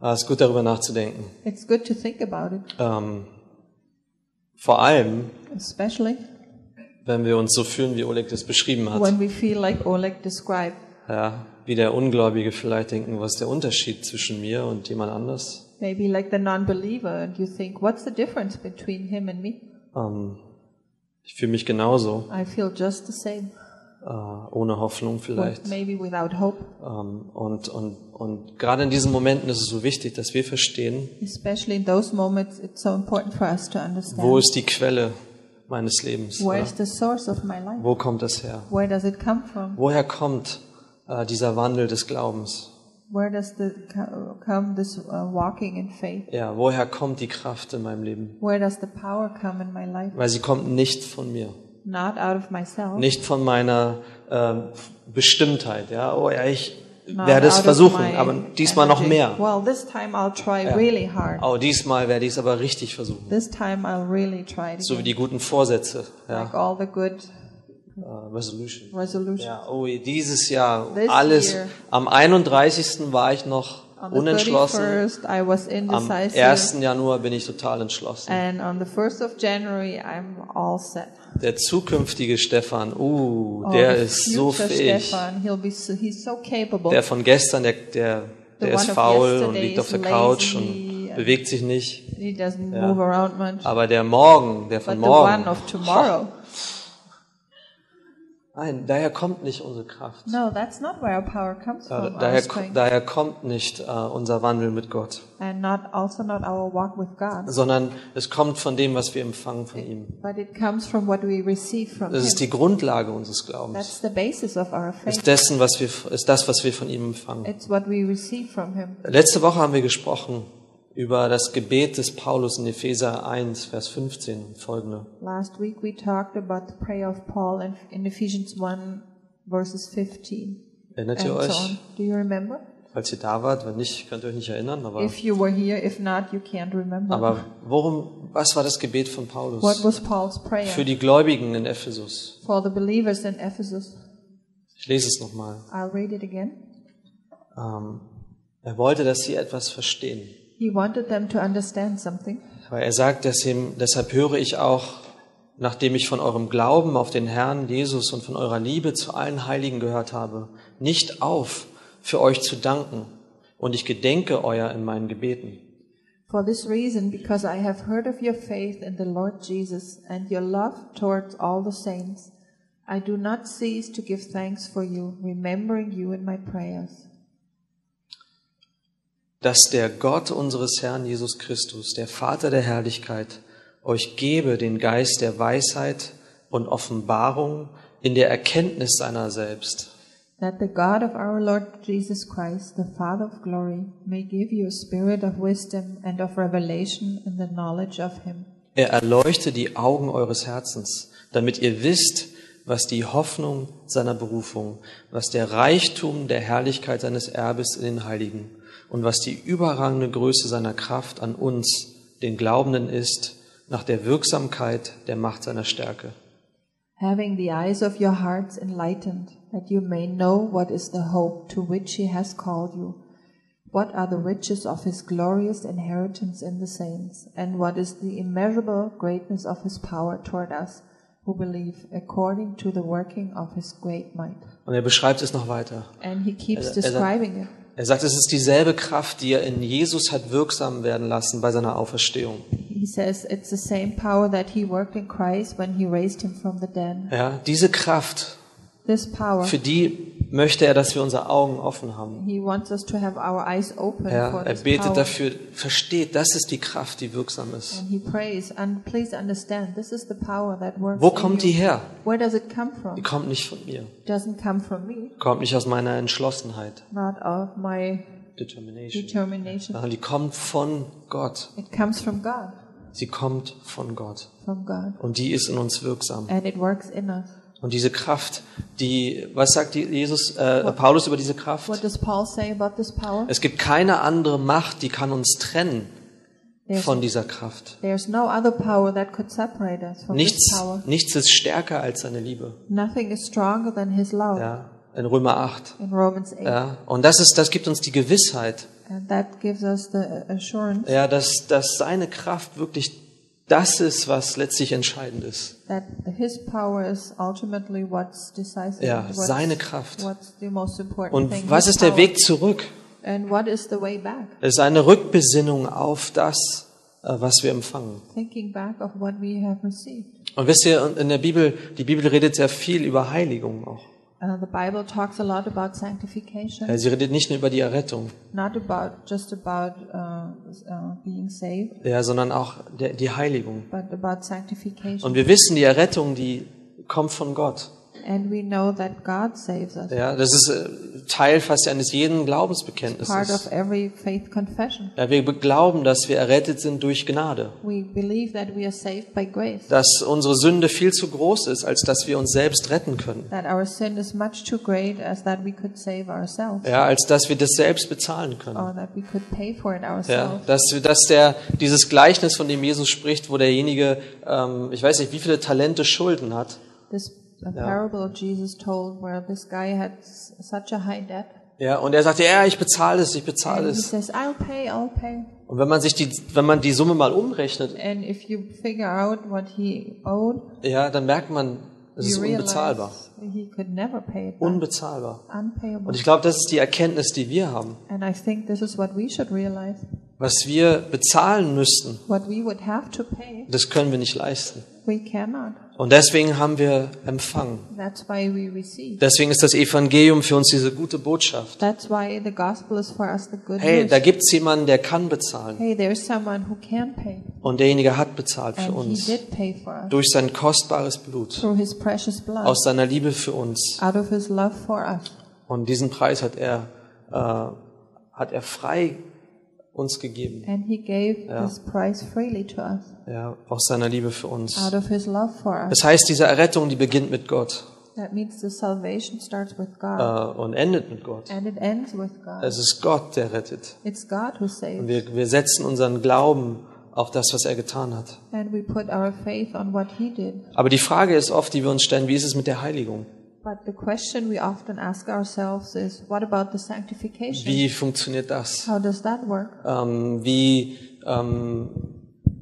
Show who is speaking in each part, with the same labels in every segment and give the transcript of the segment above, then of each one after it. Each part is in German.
Speaker 1: Ah, Es ist gut, darüber nachzudenken.
Speaker 2: It's good to think about it,
Speaker 1: Ähm, vor allem,
Speaker 2: especially
Speaker 1: wenn wir uns so fühlen, wie Oleg das beschrieben hat.
Speaker 2: when we feel like Oleg described.
Speaker 1: Ja, wie der Ungläubige vielleicht denken, was ist der Unterschied zwischen mir und jemand anders?
Speaker 2: Maybe like the non believer, and you think, what's the difference between him and me?
Speaker 1: Ähm, ich fühle mich genauso,
Speaker 2: I feel just the same,
Speaker 1: äh, ohne Hoffnung
Speaker 2: or
Speaker 1: vielleicht.
Speaker 2: maybe without hope.
Speaker 1: Ähm, und, und, und gerade in diesen Momenten ist es so wichtig, dass wir verstehen,
Speaker 2: Especially in those moments, it's so important for us to
Speaker 1: wo
Speaker 2: understand
Speaker 1: ist die Quelle meines Lebens?
Speaker 2: where
Speaker 1: Oder
Speaker 2: is the source of my life?
Speaker 1: wo kommt das her?
Speaker 2: Where does it come from?
Speaker 1: Woher kommt äh, dieser Wandel des Glaubens?
Speaker 2: Where does the co- come this uh, walking in faith?
Speaker 1: Ja, woher kommt die Kraft in meinem Leben?
Speaker 2: Where does the power come in my life?
Speaker 1: Weil sie kommt nicht von mir,
Speaker 2: Not out of myself.
Speaker 1: nicht von meiner ähm, Bestimmtheit. Ja, oh ja, ich
Speaker 2: not
Speaker 1: werde es
Speaker 2: out of
Speaker 1: versuchen,
Speaker 2: my
Speaker 1: aber diesmal noch
Speaker 2: energy.
Speaker 1: mehr.
Speaker 2: Well, this time I'll try really hard.
Speaker 1: Oh, diesmal werde ich es aber richtig versuchen,
Speaker 2: This time I'll really try to
Speaker 1: so wie die guten Vorsätze. Ja,
Speaker 2: like all the good
Speaker 1: äh, Resolution.
Speaker 2: resolutions.
Speaker 1: Ja, oh, dieses Jahr
Speaker 2: This
Speaker 1: alles.
Speaker 2: year.
Speaker 1: Am 31. war ich noch
Speaker 2: On the
Speaker 1: unentschlossen.
Speaker 2: 31st, I was
Speaker 1: Am
Speaker 2: indecisive.
Speaker 1: 1. Januar bin ich total entschlossen.
Speaker 2: and on the 1st of January, I'm all set.
Speaker 1: Der zukünftige Stefan, uh,
Speaker 2: Oh,
Speaker 1: der
Speaker 2: the
Speaker 1: ist so
Speaker 2: future
Speaker 1: fähig.
Speaker 2: Stefan, he'll be so, he's so capable.
Speaker 1: Der von gestern, der, der,
Speaker 2: The
Speaker 1: der ist
Speaker 2: one of
Speaker 1: faul und
Speaker 2: yesterday
Speaker 1: liegt
Speaker 2: is uh,
Speaker 1: auf der Couch
Speaker 2: lazy
Speaker 1: und
Speaker 2: and-
Speaker 1: bewegt sich nicht.
Speaker 2: he doesn't move around much.
Speaker 1: Aber der Morgen, der
Speaker 2: But
Speaker 1: von
Speaker 2: the one
Speaker 1: morgen,
Speaker 2: of tomorrow,
Speaker 1: nein, daher kommt nicht unsere Kraft.
Speaker 2: no, that's not where our power comes
Speaker 1: Da-
Speaker 2: from. our
Speaker 1: daher,
Speaker 2: strength.
Speaker 1: daher kommt nicht äh, unser Wandel mit Gott,
Speaker 2: and not also not our walk with God,
Speaker 1: sondern es kommt von dem, was wir empfangen von ihm.
Speaker 2: but it comes from what we receive from
Speaker 1: Das ist
Speaker 2: Him.
Speaker 1: die Grundlage unseres Glaubens.
Speaker 2: That's the basis of our
Speaker 1: Ist
Speaker 2: faith.
Speaker 1: dessen, was wir, ist das, was wir von ihm empfangen.
Speaker 2: It's what we receive from Him.
Speaker 1: Letzte Woche haben wir gesprochen über das Gebet des Paulus in Epheser 1, Vers 15 und folgende.
Speaker 2: Last week we talked about the prayer of Paul in, in Ephesians 1 verses 15
Speaker 1: Erinnert ihr
Speaker 2: and so
Speaker 1: euch?
Speaker 2: on. Do you remember?
Speaker 1: Falls ihr da wart, wenn nicht, könnt ihr euch nicht erinnern, aber,
Speaker 2: If you were here, if not, you can't remember.
Speaker 1: aber worum, was war das Gebet von
Speaker 2: what
Speaker 1: Paulus?
Speaker 2: was Paul's prayer
Speaker 1: Für die Gläubigen in Ephesus.
Speaker 2: for the believers in Ephesus?
Speaker 1: Ich lese es nochmal.
Speaker 2: I'll read it again.
Speaker 1: Ähm, er wollte, dass sie etwas verstehen.
Speaker 2: He wanted them to understand something.
Speaker 1: Weil er sagt, deswegen, deshalb höre ich auch, nachdem ich von eurem Glauben auf den Herrn Jesus und von eurer Liebe zu allen Heiligen gehört habe, nicht auf, für euch zu danken. Und ich gedenke euer in meinen Gebeten.
Speaker 2: For this reason, because I have heard of your faith in the Lord Jesus and your love towards all the saints, I do not cease to give thanks for you, remembering you in my prayers.
Speaker 1: dass der Gott unseres Herrn Jesus Christus, der Vater der Herrlichkeit, euch gebe den Geist der Weisheit und Offenbarung in der Erkenntnis seiner selbst,
Speaker 2: That the God of our Lord Jesus Christ, the Father of glory, may give you a spirit of wisdom and of revelation in the knowledge of him,
Speaker 1: Er erleuchte die Augen eures Herzens, damit ihr wisst, was die Hoffnung seiner Berufung, was der Reichtum der Herrlichkeit seines Erbes in den Heiligen und was die überragende Größe seiner Kraft an uns, den Glaubenden, ist, nach der Wirksamkeit der Macht seiner Stärke.
Speaker 2: having the eyes of your hearts enlightened, that you may know what is the hope to which he has called you, what are the riches of his glorious inheritance in the saints, and what is the immeasurable greatness of his power toward us who believe, according to the working of his great might.
Speaker 1: Und er beschreibt es noch weiter.
Speaker 2: And he keeps
Speaker 1: Er- er-
Speaker 2: describing it.
Speaker 1: Er sagt, es ist dieselbe Kraft, die er in Jesus hat wirksam werden lassen bei seiner Auferstehung.
Speaker 2: He says it's the same power that he worked in Christ when he raised him from the dead.
Speaker 1: Ja, diese Kraft,
Speaker 2: This power,
Speaker 1: für die möchte er, dass wir unsere Augen offen haben.
Speaker 2: he wants us to have our eyes open
Speaker 1: Ja,
Speaker 2: for
Speaker 1: er
Speaker 2: this
Speaker 1: betet
Speaker 2: power.
Speaker 1: dafür, versteht, das ist die Kraft, die wirksam ist.
Speaker 2: And he prays, and please understand, this is the power that works.
Speaker 1: Wo
Speaker 2: in
Speaker 1: kommt
Speaker 2: you.
Speaker 1: die her?
Speaker 2: Where does it come
Speaker 1: Die
Speaker 2: from?
Speaker 1: kommt nicht von mir,
Speaker 2: It doesn't come from me,
Speaker 1: kommt nicht aus meiner Entschlossenheit,
Speaker 2: not of my
Speaker 1: Determination.
Speaker 2: determination.
Speaker 1: Sondern die kommt von Gott.
Speaker 2: It comes from God,
Speaker 1: Sie kommt von Gott.
Speaker 2: from God,
Speaker 1: Und die ist in uns wirksam.
Speaker 2: and it works in us.
Speaker 1: Und diese Kraft, die, was sagt die- Jesus, äh, Paulus über diese Kraft?
Speaker 2: What does Paul say about this power?
Speaker 1: Es gibt keine andere Macht, die kann uns trennen
Speaker 2: Yes.
Speaker 1: von dieser Kraft.
Speaker 2: There's no other power that could separate us from
Speaker 1: Nichts,
Speaker 2: this power.
Speaker 1: nichts ist stärker als seine Liebe.
Speaker 2: Nothing is stronger than His love.
Speaker 1: Ja, in Römer 8.
Speaker 2: In Romans 8,
Speaker 1: Ja, und das ist, das gibt uns die Gewissheit,
Speaker 2: And that gives us the assurance
Speaker 1: ja, dass, dass seine Kraft wirklich das ist, was letztlich entscheidend ist.
Speaker 2: that His power is ultimately what's decisive.
Speaker 1: Ja,
Speaker 2: what's,
Speaker 1: seine Kraft.
Speaker 2: What's the most important thing.
Speaker 1: Und was
Speaker 2: His
Speaker 1: ist der
Speaker 2: power.
Speaker 1: Weg zurück?
Speaker 2: And what is the way back?
Speaker 1: Es ist eine Rückbesinnung auf das, äh, was wir empfangen.
Speaker 2: Thinking back of what we have received.
Speaker 1: Und wisst ihr, in der Bibel, die Bibel redet sehr viel über Heiligung auch.
Speaker 2: Uh, the Bible talks a lot about sanctification,
Speaker 1: Ja, sie redet nicht nur über die Errettung,
Speaker 2: not about just about uh, uh, being saved,
Speaker 1: ja, sondern auch der, die Heiligung.
Speaker 2: but about sanctification.
Speaker 1: Und wir wissen, die Errettung, die kommt von Gott.
Speaker 2: And we know that God saves us.
Speaker 1: Ja, das ist äh, Teil fast eines jeden
Speaker 2: Part of
Speaker 1: Glaubensbekenntnisses.
Speaker 2: every faith confession.
Speaker 1: Ja, wir glauben, dass wir errettet sind durch Gnade.
Speaker 2: We believe that we are saved by grace,
Speaker 1: Dass unsere Sünde viel zu groß ist, als dass wir uns selbst retten können.
Speaker 2: that our sin is much too great as that we could save ourselves,
Speaker 1: Ja, als dass wir das selbst bezahlen können.
Speaker 2: or that we could pay for it
Speaker 1: Ja,
Speaker 2: ourselves.
Speaker 1: dass, dass der, dieses Gleichnis, von dem Jesus spricht, wo derjenige, ähm, ich weiß nicht, wie viele Talente Schulden hat,
Speaker 2: This uh, parable Jesus told where this guy had s- such a high debt,
Speaker 1: ja, und er sagt, ja, ich bezahle es, ich bezahle
Speaker 2: and he
Speaker 1: es.
Speaker 2: says, I'll pay, I'll pay.
Speaker 1: Und wenn man sich die, wenn man die Summe mal umrechnet,
Speaker 2: And if you figure out what he owed,
Speaker 1: ja, dann merkt man, es ist
Speaker 2: you
Speaker 1: unbezahlbar.
Speaker 2: realize he could never pay it back.
Speaker 1: Unbezahlbar.
Speaker 2: Unpayable.
Speaker 1: Und ich glaube, das ist die Erkenntnis, die wir haben.
Speaker 2: And I think this is what we should realize.
Speaker 1: Was wir bezahlen müssten,
Speaker 2: What we would have to pay,
Speaker 1: das können wir nicht leisten.
Speaker 2: we cannot.
Speaker 1: Und deswegen haben wir empfangen.
Speaker 2: That's why we receive.
Speaker 1: Deswegen ist das Evangelium für uns diese gute Botschaft.
Speaker 2: That's why the gospel is for us the good
Speaker 1: Hey,
Speaker 2: news.
Speaker 1: da gibt's jemanden, der kann bezahlen.
Speaker 2: hey, there's someone who can pay,
Speaker 1: Und derjenige hat bezahlt für
Speaker 2: and
Speaker 1: uns.
Speaker 2: he did pay for us
Speaker 1: durch sein kostbares Blut,
Speaker 2: through his precious blood,
Speaker 1: aus seiner Liebe für uns.
Speaker 2: out of his love for us.
Speaker 1: Und diesen Preis hat er, äh, hat er frei uns gegeben,
Speaker 2: And he gave this price freely to us,
Speaker 1: ja, aus seiner Liebe für uns.
Speaker 2: out of his love for us.
Speaker 1: Das heißt, diese Errettung, die beginnt mit Gott
Speaker 2: That means the salvation starts with
Speaker 1: äh,
Speaker 2: God,
Speaker 1: und endet mit Gott.
Speaker 2: and it ends with God.
Speaker 1: Es ist Gott, der rettet.
Speaker 2: it's God who saves,
Speaker 1: Und wir, wir setzen unseren Glauben auf das, was er getan hat.
Speaker 2: and we put our faith on what he did.
Speaker 1: Aber die Frage ist oft, die wir uns stellen, wie ist es mit der Heiligung?
Speaker 2: But the question we often ask ourselves is, what about the sanctification?
Speaker 1: Wie funktioniert das?
Speaker 2: How does that work?
Speaker 1: Ähm, wie ähm,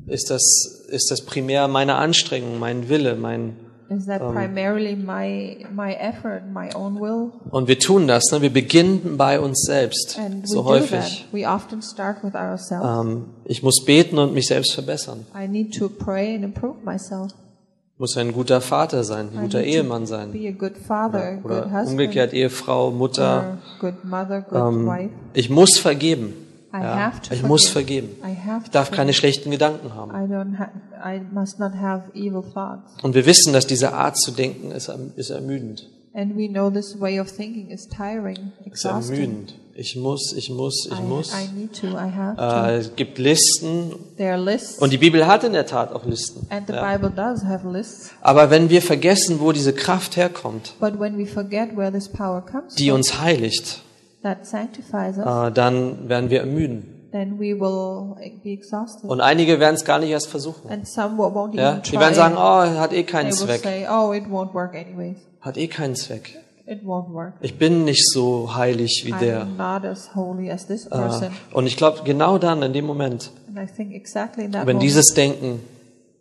Speaker 1: ist, das, ist das primär meine Anstrengung, mein Wille, mein,
Speaker 2: Is that primarily my my effort, my own will?
Speaker 1: Und wir tun das, ne? wir beginnen bei uns selbst
Speaker 2: And we
Speaker 1: so
Speaker 2: do
Speaker 1: häufig.
Speaker 2: that. We often start with ourselves.
Speaker 1: Ähm, ich muss beten und mich selbst verbessern.
Speaker 2: I need to pray and improve myself.
Speaker 1: Ich muss ein guter Vater sein, ein
Speaker 2: I
Speaker 1: guter
Speaker 2: need to
Speaker 1: Ehemann sein.
Speaker 2: Be a good father, a good
Speaker 1: Oder
Speaker 2: husband,
Speaker 1: umgekehrt Ehefrau, Mutter.
Speaker 2: or good mother, good wife.
Speaker 1: Ähm, Ich muss vergeben.
Speaker 2: I
Speaker 1: Ja,
Speaker 2: have to
Speaker 1: ich muss
Speaker 2: forgive.
Speaker 1: vergeben.
Speaker 2: I have
Speaker 1: Ich darf
Speaker 2: to
Speaker 1: keine
Speaker 2: forgive.
Speaker 1: schlechten Gedanken haben.
Speaker 2: I don't ha I must not have evil thoughts.
Speaker 1: Und wir wissen, dass diese Art zu denken ist, erm- ist ermüdend.
Speaker 2: And we know this way of thinking is tiring,
Speaker 1: Ist
Speaker 2: exhausting.
Speaker 1: ermüdend. Ich muss, ich muss, ich
Speaker 2: I,
Speaker 1: muss.
Speaker 2: I need to. I have
Speaker 1: Äh,
Speaker 2: to.
Speaker 1: es gibt Listen.
Speaker 2: There are lists,
Speaker 1: Und die Bibel hat in der Tat auch Listen.
Speaker 2: and the
Speaker 1: Ja.
Speaker 2: Bible does have lists.
Speaker 1: Aber wenn wir vergessen, wo diese Kraft herkommt,
Speaker 2: But when we forget where this power comes
Speaker 1: die
Speaker 2: from,
Speaker 1: uns heiligt,
Speaker 2: that sanctifies us,
Speaker 1: äh, dann werden wir ermüden.
Speaker 2: then we will be exhausted.
Speaker 1: Und einige werden es gar nicht erst versuchen.
Speaker 2: And some wo- won't
Speaker 1: Ja?
Speaker 2: even
Speaker 1: Die
Speaker 2: try.
Speaker 1: werden sagen,
Speaker 2: it.
Speaker 1: oh, hat eh keinen
Speaker 2: they will
Speaker 1: Zweck.
Speaker 2: say, "Oh, it won't work anyways.
Speaker 1: Hat eh keinen Zweck.
Speaker 2: It won't work.
Speaker 1: Ich bin nicht so heilig wie der.
Speaker 2: I'm not as holy as this
Speaker 1: Äh,
Speaker 2: person."
Speaker 1: Und ich glaube, genau dann, in dem Moment,
Speaker 2: and I think exactly in that
Speaker 1: wenn
Speaker 2: moment,
Speaker 1: dieses Denken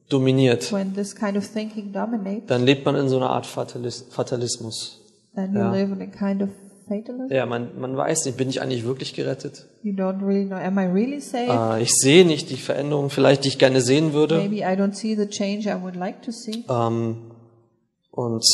Speaker 1: dominiert,
Speaker 2: when this kind of thinking dominates,
Speaker 1: dann lebt man in so einer Art Fatalis- Fatalismus.
Speaker 2: then you
Speaker 1: Ja.
Speaker 2: live in a kind of fatalism.
Speaker 1: Ja, man, man weiß nicht, bin ich eigentlich wirklich gerettet?
Speaker 2: You don't really know. Am I really saved?
Speaker 1: Äh, ich sehe nicht die Veränderung, vielleicht die ich gerne sehen würde.
Speaker 2: Maybe I don't see the change I would like to see.
Speaker 1: Ähm, und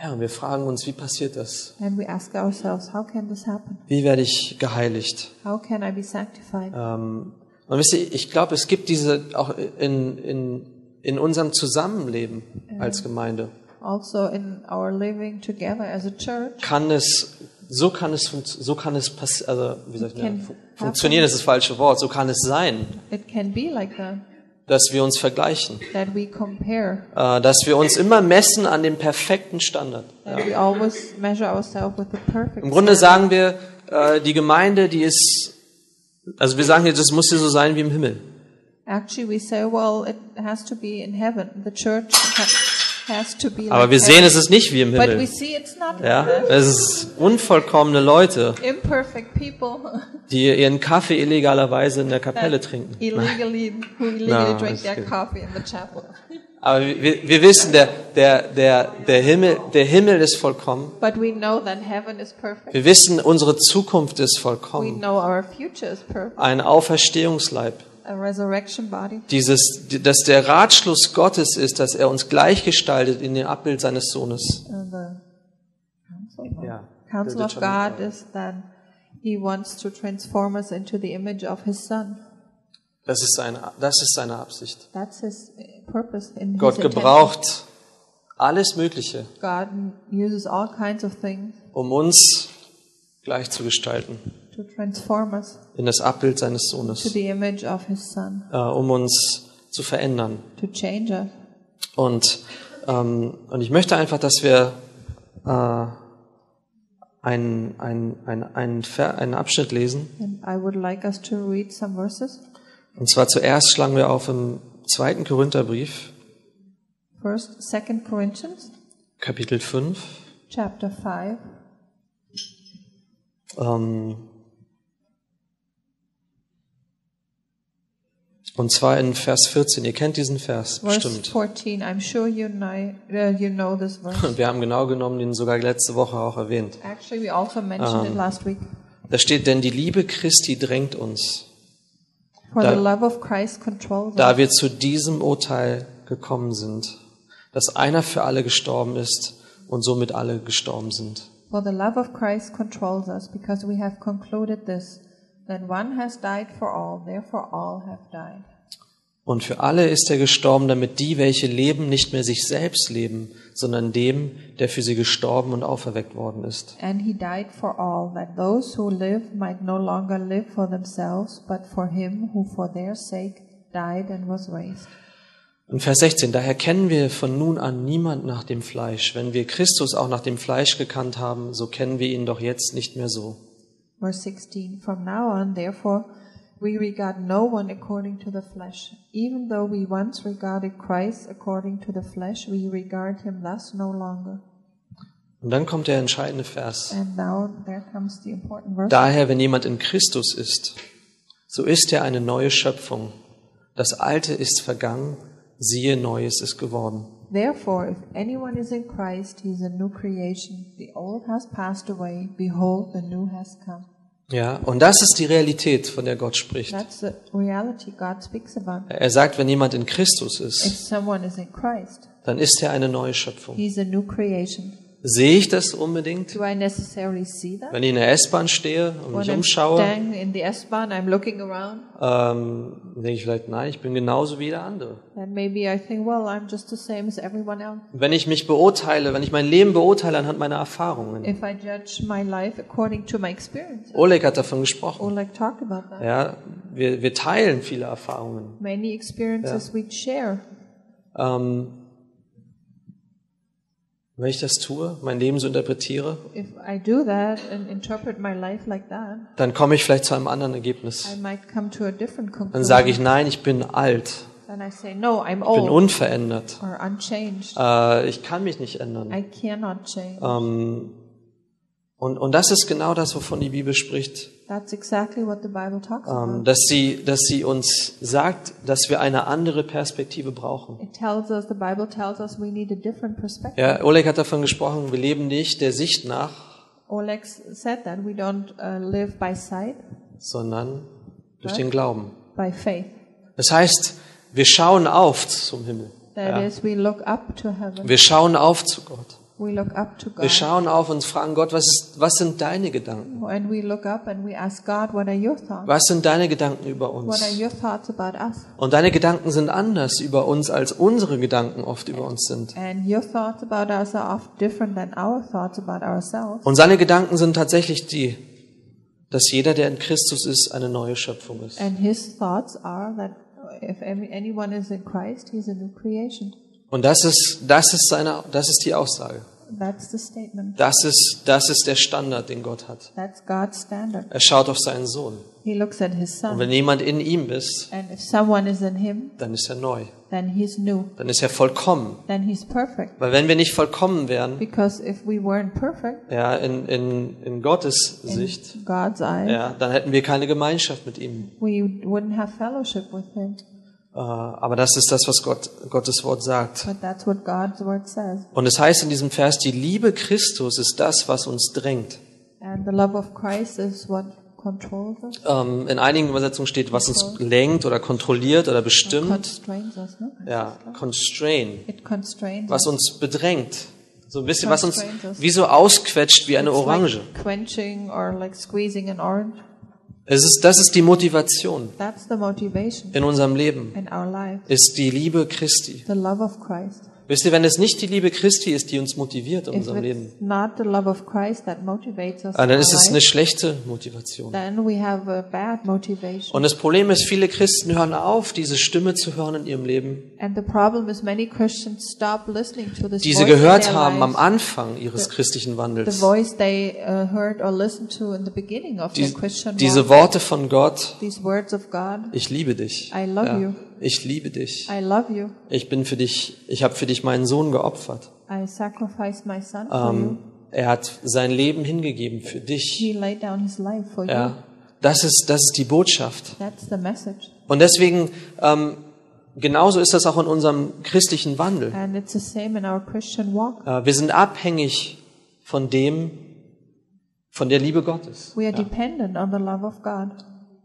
Speaker 1: ja, und wir fragen uns, wie passiert das?
Speaker 2: And we ask ourselves, "How can this happen?
Speaker 1: Wie werde ich geheiligt?
Speaker 2: How can I be sanctified?"
Speaker 1: Ähm, und wisst ihr, ich glaube, es gibt diese auch in, in, in unserem Zusammenleben als Gemeinde.
Speaker 2: also in our living together as a church
Speaker 1: Kann es, so kann es, funkt- so kann es pass, also, wie sagt man,
Speaker 2: Can
Speaker 1: fu- funktionieren ist das falsche Wort. So kann es sein,
Speaker 2: it can be like that
Speaker 1: dass wir uns vergleichen,
Speaker 2: that we compare
Speaker 1: äh, dass wir uns immer messen an dem perfekten Standard.
Speaker 2: that we always measure ourselves with the perfect
Speaker 1: Im Grunde sagen
Speaker 2: standard.
Speaker 1: wir, äh, die Gemeinde, die ist, also wir sagen jetzt, es muss hier so sein wie im Himmel.
Speaker 2: actually we say well it has to be in heaven the church ha- has to be
Speaker 1: Aber
Speaker 2: like
Speaker 1: wir sehen,
Speaker 2: heaven.
Speaker 1: es ist nicht wie im
Speaker 2: But we
Speaker 1: Himmel.
Speaker 2: see it's not
Speaker 1: Ja,
Speaker 2: like that.
Speaker 1: es ist unvollkommene Leute,
Speaker 2: imperfect people
Speaker 1: die ihren Kaffee illegalerweise in der Kapelle trinken.
Speaker 2: illegally who illegally
Speaker 1: No,
Speaker 2: drink
Speaker 1: it's
Speaker 2: their
Speaker 1: good.
Speaker 2: coffee in the chapel.
Speaker 1: Aber wir, wir wissen, der, der, der, der, Himmel, der Himmel ist vollkommen.
Speaker 2: But we know that heaven is perfect.
Speaker 1: Wir wissen, unsere Zukunft ist
Speaker 2: We
Speaker 1: vollkommen.
Speaker 2: know our future is perfect.
Speaker 1: Ein Auferstehungsleib.
Speaker 2: A resurrection body.
Speaker 1: Dieses, dass der Ratschluss Gottes ist, dass er uns gleichgestaltet in dem Abbild seines Sohnes.
Speaker 2: And the counsel, of-
Speaker 1: Yeah,
Speaker 2: counsel
Speaker 1: the
Speaker 2: of
Speaker 1: determined
Speaker 2: God is that He wants to transform us into the image of His Son.
Speaker 1: Das ist seine, das ist seine Absicht.
Speaker 2: That's His purpose in His
Speaker 1: Gott
Speaker 2: intention.
Speaker 1: gebraucht alles Mögliche,
Speaker 2: God uses all kinds of things
Speaker 1: um uns gleich zu gestalten
Speaker 2: to transform us
Speaker 1: in das Abbild seines
Speaker 2: to
Speaker 1: Sohnes,
Speaker 2: the image of His Son,
Speaker 1: äh, um uns zu verändern.
Speaker 2: to change us.
Speaker 1: Und, ähm, und ich möchte einfach, dass wir äh, einen, einen, einen, einen, Ver- einen Abschnitt lesen.
Speaker 2: And I would like us to read some verses.
Speaker 1: Und zwar zuerst schlagen wir auf im zweiten Korintherbrief,
Speaker 2: First, Second Corinthians,
Speaker 1: Kapitel 5.
Speaker 2: chapter five,
Speaker 1: Ähm, und zwar in Vers 14. Ihr kennt diesen Vers
Speaker 2: verse
Speaker 1: bestimmt.
Speaker 2: fourteen. I'm sure you know, uh, you know this verse.
Speaker 1: Und wir haben genau genommen den sogar letzte Woche auch erwähnt.
Speaker 2: Actually, we also mentioned
Speaker 1: Uh-huh.
Speaker 2: it last week.
Speaker 1: Da steht, denn die Liebe Christi drängt uns,
Speaker 2: For
Speaker 1: Da-
Speaker 2: the love of Christ controls us.
Speaker 1: da wir zu diesem Urteil gekommen sind, dass einer für alle gestorben ist und somit alle gestorben sind.
Speaker 2: For the love of Christ controls us, because we have concluded this, that one has died for all, therefore all have died.
Speaker 1: Und für alle ist er gestorben, damit die, welche leben, nicht mehr sich selbst leben, sondern dem, der für sie gestorben und auferweckt worden ist.
Speaker 2: And he died for all, that those who live might no longer live for themselves, but for him who for their sake died and was raised.
Speaker 1: Und Vers 16, daher kennen wir von nun an niemand nach dem Fleisch. Wenn wir Christus auch nach dem Fleisch gekannt haben, so kennen wir ihn doch jetzt nicht mehr so.
Speaker 2: Verse 16 From now on, therefore, we regard no one according to the flesh. Even though we once regarded Christ according to the flesh, we regard him thus no longer.
Speaker 1: Und dann kommt der entscheidende Vers.
Speaker 2: And now there comes the important verse.
Speaker 1: Daher, wenn jemand in Christus ist, so ist er eine neue Schöpfung. Das Alte ist vergangen, siehe, Neues ist geworden.
Speaker 2: Therefore, if anyone is in Christ, he is a new creation. The old has passed away. Behold, the new has come.
Speaker 1: Ja, und das ist die Realität, von der Gott spricht.
Speaker 2: That's the reality God speaks about.
Speaker 1: Er sagt, wenn jemand in Christus
Speaker 2: If
Speaker 1: ist,
Speaker 2: someone is in Christ,
Speaker 1: dann ist er eine neue Schöpfung.
Speaker 2: he's a new creation.
Speaker 1: Sehe ich das unbedingt?
Speaker 2: Do I necessarily see that?
Speaker 1: Wenn ich in der S-Bahn stehe und
Speaker 2: When
Speaker 1: mich
Speaker 2: I'm
Speaker 1: umschaue,
Speaker 2: standing in the S-Bahn, I'm looking around,
Speaker 1: ähm, denke ich vielleicht, nein, ich bin genauso wie jeder andere.
Speaker 2: and maybe I think, well, I'm just the same as everyone else.
Speaker 1: Wenn ich mich beurteile, wenn ich mein Leben beurteile anhand meiner Erfahrungen.
Speaker 2: If I judge my life according to my experience,
Speaker 1: Oleg hat davon gesprochen.
Speaker 2: Oleg talked about that.
Speaker 1: Ja, wir, wir teilen viele Erfahrungen.
Speaker 2: Many experiences we share.
Speaker 1: Ähm, wenn ich das tue, mein Leben so interpretiere,
Speaker 2: If I do that and interpret my life like that,
Speaker 1: dann komme ich vielleicht zu einem anderen
Speaker 2: I
Speaker 1: Ergebnis.
Speaker 2: might come to a different
Speaker 1: Dann sage ich,
Speaker 2: conclusion.
Speaker 1: nein, ich bin alt,
Speaker 2: Then I say, no, I'm
Speaker 1: ich bin
Speaker 2: old
Speaker 1: unverändert,
Speaker 2: or unchanged.
Speaker 1: äh, ich kann mich nicht ändern.
Speaker 2: I cannot change.
Speaker 1: Ähm, und, und das ist genau das, wovon die Bibel spricht,
Speaker 2: That's exactly what the Bible talks
Speaker 1: ähm,
Speaker 2: about.
Speaker 1: dass, sie, dass sie uns sagt, dass wir eine andere Perspektive brauchen.
Speaker 2: It tells us, the Bible tells us we need a different perspective.
Speaker 1: Ja, Oleg hat davon gesprochen, wir leben nicht der Sicht nach,
Speaker 2: Oleg said that we don't uh, live by sight,
Speaker 1: sondern durch den Glauben.
Speaker 2: by faith.
Speaker 1: Das heißt, wir schauen auf zum Himmel.
Speaker 2: That is, we look up to heaven.
Speaker 1: Wir schauen auf zu Gott.
Speaker 2: We look up to God.
Speaker 1: Wir schauen auf und fragen Gott, was, ist, was sind deine Gedanken?
Speaker 2: And we look up and we ask God, what are your thoughts?
Speaker 1: Was sind deine Gedanken über
Speaker 2: What are
Speaker 1: uns?
Speaker 2: your thoughts about us?
Speaker 1: Und deine Gedanken sind anders über uns, als unsere Gedanken oft über uns sind.
Speaker 2: And your thoughts about us are oft different than our thoughts about ourselves.
Speaker 1: Und seine Gedanken sind tatsächlich die, dass jeder, der in Christus ist, eine neue Schöpfung ist.
Speaker 2: And his thoughts are that if any- anyone is in Christ, he's a new creation.
Speaker 1: Und das ist, das ist, seine, das ist die Aussage.
Speaker 2: That's the statement.
Speaker 1: Das ist, das ist der Standard, den Gott hat.
Speaker 2: That's God's standard.
Speaker 1: Er schaut auf seinen Sohn.
Speaker 2: He looks at his
Speaker 1: Und
Speaker 2: son.
Speaker 1: wenn jemand in ihm ist,
Speaker 2: And if someone is in him,
Speaker 1: dann ist er neu.
Speaker 2: then he's new.
Speaker 1: Dann ist er vollkommen.
Speaker 2: Then he's perfect.
Speaker 1: Weil wenn wir nicht vollkommen wären,
Speaker 2: Because if we weren't perfect
Speaker 1: ja, in, in, in Gottes
Speaker 2: in
Speaker 1: Sicht,
Speaker 2: God's eyes,
Speaker 1: ja, dann hätten wir keine Gemeinschaft mit ihm.
Speaker 2: we wouldn't have fellowship with him.
Speaker 1: Äh, aber das ist das, was Gott, Gottes Wort sagt.
Speaker 2: But that's what God's word says.
Speaker 1: Und es heißt in diesem Vers, die Liebe Christus ist das, was uns drängt.
Speaker 2: And the love of Christ is what controls us,
Speaker 1: Ähm, in einigen Übersetzungen steht, was uns lenkt oder kontrolliert oder
Speaker 2: Oh
Speaker 1: bestimmt.
Speaker 2: constrains us, no?
Speaker 1: Ja, constrain.
Speaker 2: It constrains
Speaker 1: Was
Speaker 2: us.
Speaker 1: uns bedrängt. So ein bisschen, was uns
Speaker 2: Constraint us.
Speaker 1: wie so ausquetscht wie eine
Speaker 2: It's like
Speaker 1: Orange.
Speaker 2: quenching or like squeezing an orange.
Speaker 1: Es ist, das ist die Motivation
Speaker 2: That's the motivation
Speaker 1: in unserem Leben,
Speaker 2: in our life.
Speaker 1: ist die Liebe Christi.
Speaker 2: The love of Christ.
Speaker 1: Wisst ihr, wenn es nicht die Liebe Christi ist, die uns motiviert in
Speaker 2: If
Speaker 1: unserem Leben,
Speaker 2: it's not the love of Christ that motivates us,
Speaker 1: ah,
Speaker 2: in
Speaker 1: dann
Speaker 2: our
Speaker 1: ist es eine
Speaker 2: life,
Speaker 1: schlechte Motivation.
Speaker 2: then we have a bad motivation.
Speaker 1: Und das Problem ist, viele Christen hören auf, diese Stimme zu hören in ihrem Leben,
Speaker 2: And the problem is many Christians stop listening to this
Speaker 1: die
Speaker 2: voice
Speaker 1: sie
Speaker 2: in
Speaker 1: gehört
Speaker 2: their
Speaker 1: haben am
Speaker 2: lives,
Speaker 1: Anfang ihres christlichen
Speaker 2: the
Speaker 1: Wandels.
Speaker 2: voice they uh, heard or listened to in the beginning of
Speaker 1: Dies-
Speaker 2: their Christian walk.
Speaker 1: diese Worte von Gott,
Speaker 2: These words of God,
Speaker 1: ich liebe dich.
Speaker 2: I love you.
Speaker 1: Ich liebe dich.
Speaker 2: I love you.
Speaker 1: Ich bin für dich, ich habe für dich meinen Sohn geopfert.
Speaker 2: I sacrificed my son for
Speaker 1: Ähm,
Speaker 2: you.
Speaker 1: er hat sein Leben hingegeben für dich.
Speaker 2: He laid down his life for you.
Speaker 1: Ja, das ist, das ist die Botschaft.
Speaker 2: That's the message.
Speaker 1: Und deswegen, ähm, genauso ist das auch in unserem christlichen Wandel.
Speaker 2: And it's the same in our Christian walk.
Speaker 1: Äh, wir sind abhängig von dem, von der Liebe Gottes.
Speaker 2: We are dependent on the love of God.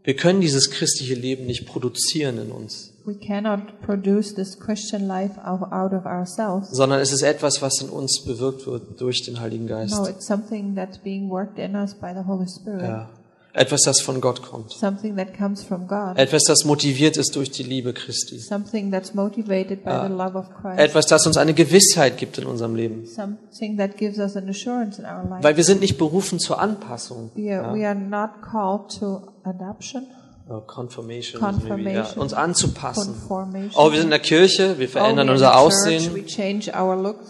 Speaker 1: Wir können dieses christliche Leben nicht produzieren in uns,
Speaker 2: We cannot produce this Christian life ou- out of ourselves.
Speaker 1: sondern es ist etwas, was in uns bewirkt wird durch den Heiligen Geist.
Speaker 2: No, it's something that's being worked in us by the Holy Spirit.
Speaker 1: Ja. Etwas, das von Gott kommt.
Speaker 2: Something that comes from God.
Speaker 1: Etwas, das motiviert ist durch die Liebe Christi.
Speaker 2: Something that's motivated by the love of Christ.
Speaker 1: Etwas, das uns eine Gewissheit gibt in unserem Leben.
Speaker 2: Something that gives us an assurance in our life.
Speaker 1: Weil wir sind nicht berufen zur Anpassung.
Speaker 2: We are, we are not called to adoption,
Speaker 1: Oh, confirmation.
Speaker 2: Confirmation.
Speaker 1: Maybe, ja. Uns anzupassen.
Speaker 2: conformation.
Speaker 1: Oh, wir sind in der Kirche, wir
Speaker 2: Oh, we
Speaker 1: verändern
Speaker 2: are
Speaker 1: unser
Speaker 2: in church,
Speaker 1: Aussehen.
Speaker 2: We change our looks.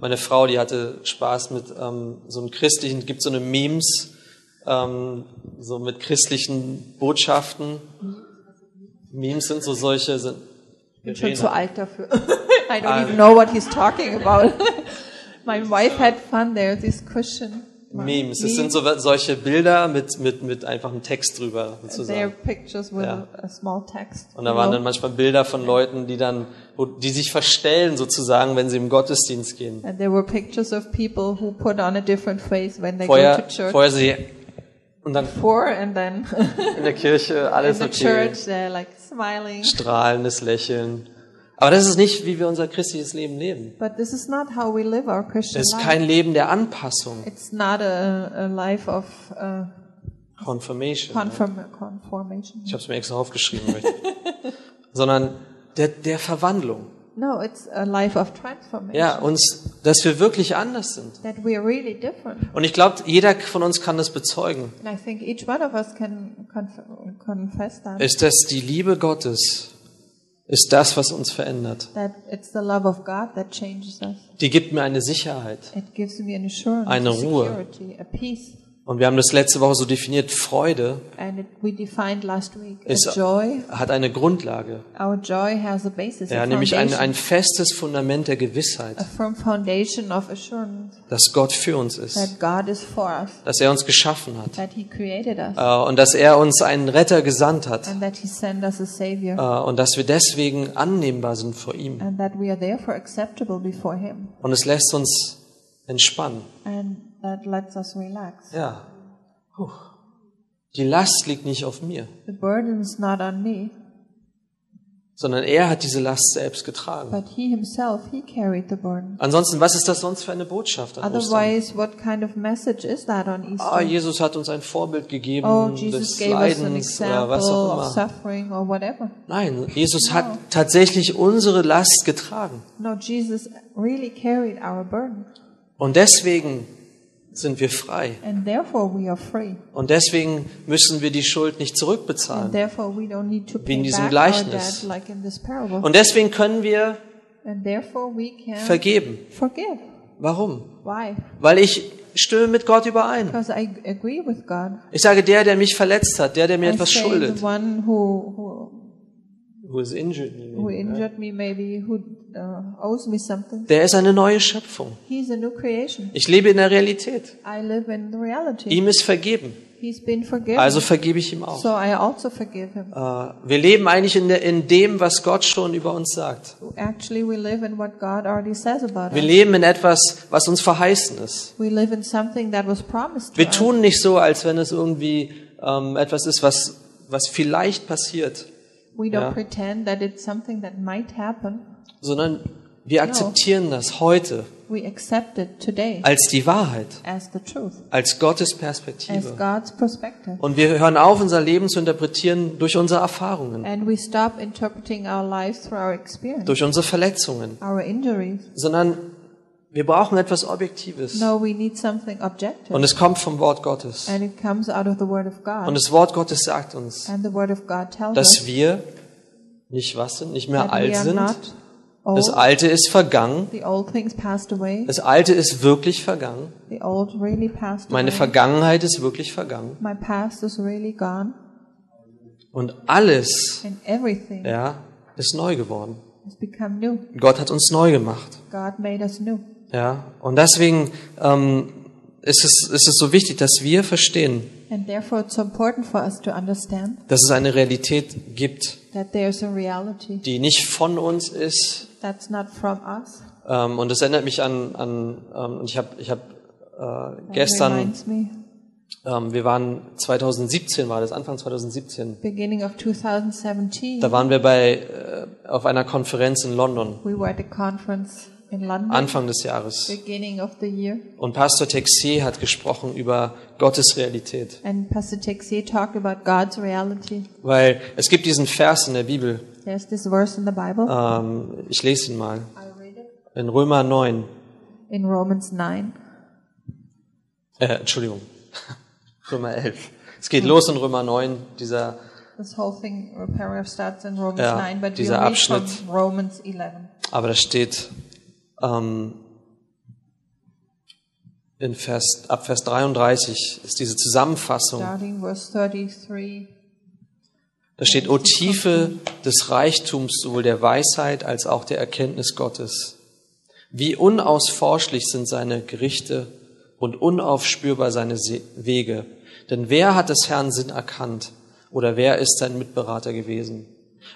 Speaker 1: Meine Frau, die hatte Spaß mit ähm, so einem christlichen, gibt so eine Memes, ähm, so mit christlichen Botschaften. Memes sind so solche, sind
Speaker 2: Bin schon zu
Speaker 1: Verena.
Speaker 2: alt dafür. I don't even know what he's talking about. My wife had fun there, this Christian.
Speaker 1: Memes. Es sind so solche Bilder mit, mit, mit einfach einem Text drüber
Speaker 2: They're
Speaker 1: sozusagen.
Speaker 2: pictures with
Speaker 1: Ja.
Speaker 2: a, a small text.
Speaker 1: Und da waren
Speaker 2: below.
Speaker 1: dann manchmal Bilder von Leuten, die dann, wo, die sich verstellen sozusagen, wenn sie im Gottesdienst gehen.
Speaker 2: And there were pictures of people who put on a different face when they go
Speaker 1: Vorher,
Speaker 2: to church.
Speaker 1: vorher sie und dann
Speaker 2: Before and then
Speaker 1: in der Kirche
Speaker 2: in
Speaker 1: alles
Speaker 2: the
Speaker 1: okay.
Speaker 2: church they're like smiling.
Speaker 1: strahlendes Lächeln. Aber das ist nicht, wie wir unser christliches Leben leben.
Speaker 2: But this is not how we live our Christian
Speaker 1: Es ist
Speaker 2: life.
Speaker 1: kein Leben der Anpassung,
Speaker 2: It's not a, a life of uh,
Speaker 1: Confirmation. ne?
Speaker 2: conform, conformation.
Speaker 1: Ich habe es mir extra aufgeschrieben, weil ich- sondern der, der Verwandlung.
Speaker 2: No, it's a life of transformation.
Speaker 1: Ja, uns, dass wir wirklich anders sind.
Speaker 2: That we are really different.
Speaker 1: Und ich glaube, jeder von uns kann das bezeugen,
Speaker 2: And I think each one of us can conf confess that,
Speaker 1: ist, dass die Liebe Gottes ist das, was uns verändert.
Speaker 2: that it's the love of God that changes us.
Speaker 1: Die gibt mir eine Sicherheit.
Speaker 2: It gives me an assurance,
Speaker 1: Eine
Speaker 2: a
Speaker 1: Ruhe.
Speaker 2: security, a peace.
Speaker 1: Und wir haben das letzte Woche so definiert, Freude
Speaker 2: And it, we defined last week a
Speaker 1: Ist-
Speaker 2: joy.
Speaker 1: hat eine Grundlage.
Speaker 2: Our joy has a basis,
Speaker 1: Ja,
Speaker 2: a
Speaker 1: nämlich ein,
Speaker 2: foundation,
Speaker 1: ein festes Fundament der Gewissheit.
Speaker 2: a firm foundation of assurance
Speaker 1: dass Gott für uns ist,
Speaker 2: that God is for us,
Speaker 1: dass er uns geschaffen hat
Speaker 2: that He created us,
Speaker 1: äh, und dass er uns einen Retter gesandt hat
Speaker 2: and that He sent us a Savior,
Speaker 1: äh, und dass wir deswegen annehmbar sind vor ihm.
Speaker 2: and that we are therefore acceptable before Him,
Speaker 1: Und es lässt uns entspannen.
Speaker 2: and that lets us relax.
Speaker 1: Ja. Puh. Die Last liegt nicht auf mir,
Speaker 2: The burden is not on me,
Speaker 1: sondern er hat diese Last selbst getragen.
Speaker 2: but He Himself, He carried the burden.
Speaker 1: Ansonsten, was ist das sonst für eine Botschaft an Ostern?
Speaker 2: Otherwise, what kind of message is that on Easter?
Speaker 1: Ah, Jesus hat uns ein Vorbild gegeben
Speaker 2: oh,
Speaker 1: des
Speaker 2: Jesus gave us an
Speaker 1: Leidens oder
Speaker 2: example
Speaker 1: was auch
Speaker 2: of
Speaker 1: immer.
Speaker 2: suffering or whatever.
Speaker 1: Nein, Jesus hat tatsächlich unsere Last getragen.
Speaker 2: No, Jesus really carried our burden,
Speaker 1: Und deswegen sind wir frei.
Speaker 2: and therefore we are free,
Speaker 1: Und deswegen müssen wir die Schuld nicht
Speaker 2: and
Speaker 1: zurückbezahlen.
Speaker 2: therefore we don't need to
Speaker 1: Wie in
Speaker 2: pay
Speaker 1: diesem
Speaker 2: back our
Speaker 1: Gleichnis.
Speaker 2: debt like in this parable,
Speaker 1: Und deswegen können wir
Speaker 2: and therefore we can
Speaker 1: vergeben.
Speaker 2: forgive.
Speaker 1: Warum?
Speaker 2: Why?
Speaker 1: Weil ich stimme mit Gott überein.
Speaker 2: Because I agree with God.
Speaker 1: Ich sage, der, der mich verletzt hat, der, der mir
Speaker 2: I
Speaker 1: etwas
Speaker 2: say the
Speaker 1: schuldet.
Speaker 2: one who who,
Speaker 1: Who is injured, you
Speaker 2: who
Speaker 1: mean, ja.
Speaker 2: injured me maybe who uh, owes me something.
Speaker 1: Der ist eine neue Schöpfung.
Speaker 2: He's a new creation.
Speaker 1: Ich lebe in der Realität.
Speaker 2: I live in the reality.
Speaker 1: Ihm ist vergeben.
Speaker 2: He's been forgiven.
Speaker 1: Also vergebe ich ihm auch.
Speaker 2: so I also forgive him.
Speaker 1: Äh, wir leben eigentlich in, der, in dem, was Gott schon über uns sagt.
Speaker 2: Actually, we live in what God already says about
Speaker 1: Wir
Speaker 2: us.
Speaker 1: leben in etwas, was uns verheißen ist.
Speaker 2: We live in something that was promised to
Speaker 1: Wir
Speaker 2: us.
Speaker 1: tun nicht so, als wenn es irgendwie ähm, etwas ist, was, was vielleicht passiert,
Speaker 2: We don't
Speaker 1: Ja.
Speaker 2: pretend that it's something that might happen.
Speaker 1: sondern wir
Speaker 2: Genau.
Speaker 1: akzeptieren das heute
Speaker 2: We accept it today
Speaker 1: als die Wahrheit,
Speaker 2: as the truth,
Speaker 1: als Gottes
Speaker 2: as
Speaker 1: Perspektive.
Speaker 2: God's perspective.
Speaker 1: Und wir hören auf, unser Leben zu interpretieren durch unsere Erfahrungen,
Speaker 2: And we stop interpreting our lives through our experience,
Speaker 1: durch unsere Verletzungen,
Speaker 2: our injuries.
Speaker 1: sondern wir brauchen etwas Objektives.
Speaker 2: No, we need something objective.
Speaker 1: Und es kommt vom Wort Gottes.
Speaker 2: And it comes out of the Word of
Speaker 1: Und
Speaker 2: God.
Speaker 1: das Wort Gottes sagt uns,
Speaker 2: And the Word of God tells us
Speaker 1: dass wir nicht was sind, nicht mehr
Speaker 2: that we
Speaker 1: alt
Speaker 2: are
Speaker 1: sind.
Speaker 2: not
Speaker 1: Das
Speaker 2: old.
Speaker 1: Alte ist vergangen.
Speaker 2: The old things passed away.
Speaker 1: Das Alte ist wirklich vergangen.
Speaker 2: The old really passed
Speaker 1: Meine
Speaker 2: away.
Speaker 1: Vergangenheit ist wirklich vergangen.
Speaker 2: My past is really gone.
Speaker 1: Und alles,
Speaker 2: And everything
Speaker 1: ja, ist neu geworden.
Speaker 2: has become new.
Speaker 1: Gott hat uns neu gemacht.
Speaker 2: God made us new.
Speaker 1: Ja, und deswegen ähm, ist, es, ist es so wichtig, dass wir verstehen,
Speaker 2: And therefore, it's important for us to understand
Speaker 1: dass es eine Realität gibt,
Speaker 2: that there's a reality
Speaker 1: die nicht von uns ist.
Speaker 2: that's not from us.
Speaker 1: Ähm, und das erinnert mich an, an ähm, und ich habe ich hab, äh,
Speaker 2: That
Speaker 1: gestern
Speaker 2: reminds me,
Speaker 1: Ähm, wir waren 2017 war das Anfang 2017.
Speaker 2: beginning of 2017,
Speaker 1: Da waren wir bei äh, auf einer Konferenz in London
Speaker 2: we were at a conference in London,
Speaker 1: Anfang des Jahres
Speaker 2: beginning of the year,
Speaker 1: und Pastor Texier hat gesprochen über Gottes Realität,
Speaker 2: and Pastor Texier talked about God's reality.
Speaker 1: weil es gibt diesen Vers in der Bibel.
Speaker 2: There's this verse in the Bible.
Speaker 1: Ähm, ich lese ihn mal
Speaker 2: I read it.
Speaker 1: in Römer 9.
Speaker 2: In Romans 9.
Speaker 1: Äh, Entschuldigung, Römer 11. Es geht los in Römer 9. Dieser
Speaker 2: This whole thing, or paragraph starts in Romans
Speaker 1: Ja,
Speaker 2: 9, but we
Speaker 1: dieser
Speaker 2: read
Speaker 1: Abschnitt.
Speaker 2: from Romans 11.
Speaker 1: Aber da steht ähm, in Vers, ab Vers 33 ist diese Zusammenfassung.
Speaker 2: Starting verse 33.
Speaker 1: Da steht, O Tiefe des Reichtums sowohl der Weisheit als auch der Erkenntnis Gottes. Wie unausforschlich sind seine Gerichte und unaufspürbar seine Se- Wege. Denn wer hat des Herrn Sinn erkannt? Oder wer ist sein Mitberater gewesen?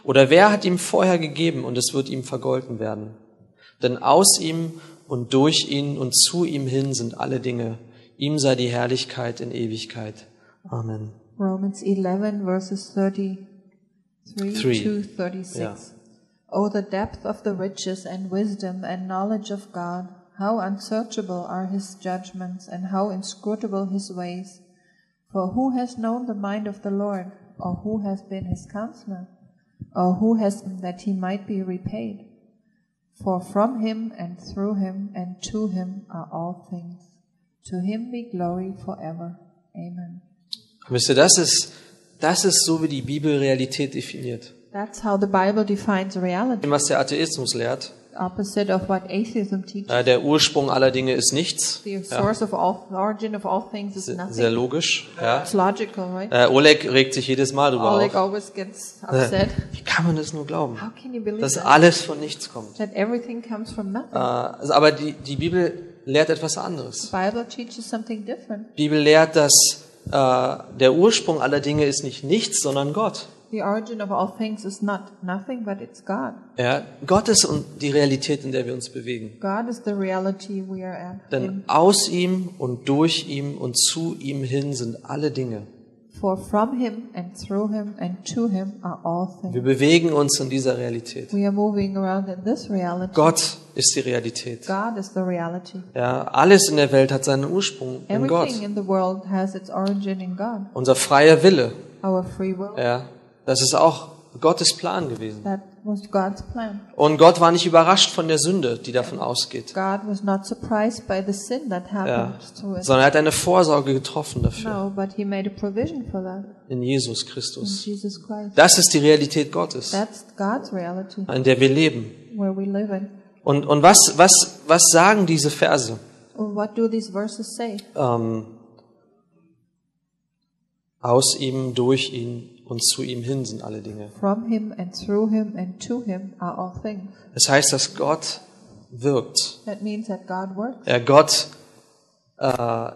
Speaker 1: Oder wer hat ihm vorher gegeben und es wird ihm vergolten werden? Denn aus ihm und durch ihn und zu ihm hin sind alle Dinge. Ihm sei die Herrlichkeit in Ewigkeit. Amen.
Speaker 2: Romans 11, verses 33
Speaker 1: Three.
Speaker 2: to 36.
Speaker 1: Yeah.
Speaker 2: Oh, the depth of the riches and wisdom and knowledge of God! How unsearchable are his judgments and how inscrutable his ways! For who has known the mind of the Lord, or who has been his counselor, or who has that he might be repaid? For from him and through him and to him are all things. To him be glory forever. Amen.
Speaker 1: Wisst ihr, das ist, das ist so, wie die Bibel Realität definiert.
Speaker 2: That's how the Bible defines reality,
Speaker 1: Dem, was der Atheismus lehrt,
Speaker 2: opposite of what atheism teaches.
Speaker 1: äh, der Ursprung aller Dinge ist nichts.
Speaker 2: The source of all, the origin of all things is
Speaker 1: Sehr sehr
Speaker 2: nothing.
Speaker 1: logisch. Ja.
Speaker 2: It's logical, right?
Speaker 1: Äh, Oleg regt sich jedes Mal drüber
Speaker 2: Oleg
Speaker 1: auf. Äh,
Speaker 2: always gets upset.
Speaker 1: Wie kann man das nur glauben?
Speaker 2: How can you believe
Speaker 1: Dass
Speaker 2: that?
Speaker 1: alles von nichts kommt.
Speaker 2: That everything comes from
Speaker 1: Äh,
Speaker 2: nothing.
Speaker 1: also, aber die, die Bibel lehrt etwas
Speaker 2: The
Speaker 1: anderes.
Speaker 2: Bible teaches something different.
Speaker 1: Die Bibel lehrt, dass äh, der Ursprung aller Dinge ist nicht nichts, sondern Gott.
Speaker 2: The origin of all things is not nothing, but it's God.
Speaker 1: Ja. Gott ist und die Realität, in der wir uns bewegen.
Speaker 2: God is the reality we are at. in.
Speaker 1: Denn aus ihm und durch ihm und zu ihm hin sind alle Dinge.
Speaker 2: For from him and through him and to him are all
Speaker 1: Wir
Speaker 2: things.
Speaker 1: bewegen uns in dieser Realität.
Speaker 2: We are moving around in this reality.
Speaker 1: Gott ist die Realität.
Speaker 2: God is the reality.
Speaker 1: Ja, alles in der Welt hat seinen Ursprung in Gott.
Speaker 2: Everything in the world has its origin in God.
Speaker 1: Unser freier Wille,
Speaker 2: Our free will.
Speaker 1: ja, das ist auch Gottes Plan gewesen.
Speaker 2: That was God's plan.
Speaker 1: Und Gott war nicht überrascht von der Sünde, die davon ausgeht,
Speaker 2: God was not surprised by the sin that
Speaker 1: ja,
Speaker 2: happened to us.
Speaker 1: sondern er hat eine Vorsorge getroffen dafür
Speaker 2: No, but He made a provision for that
Speaker 1: in Jesus
Speaker 2: in
Speaker 1: Christus.
Speaker 2: Jesus Christ.
Speaker 1: Das ist die Realität Gottes,
Speaker 2: That's God's reality
Speaker 1: in der wir leben.
Speaker 2: where we live in.
Speaker 1: Und, und was, was, was sagen diese Verse?
Speaker 2: And Oh, What do these verses say?
Speaker 1: Ähm, aus ihm, durch ihn und zu ihm hin sind alle Dinge.
Speaker 2: From him and through him and to him are all things.
Speaker 1: Das heißt, dass Gott wirkt.
Speaker 2: That means that God works.
Speaker 1: Er Gott, äh, er,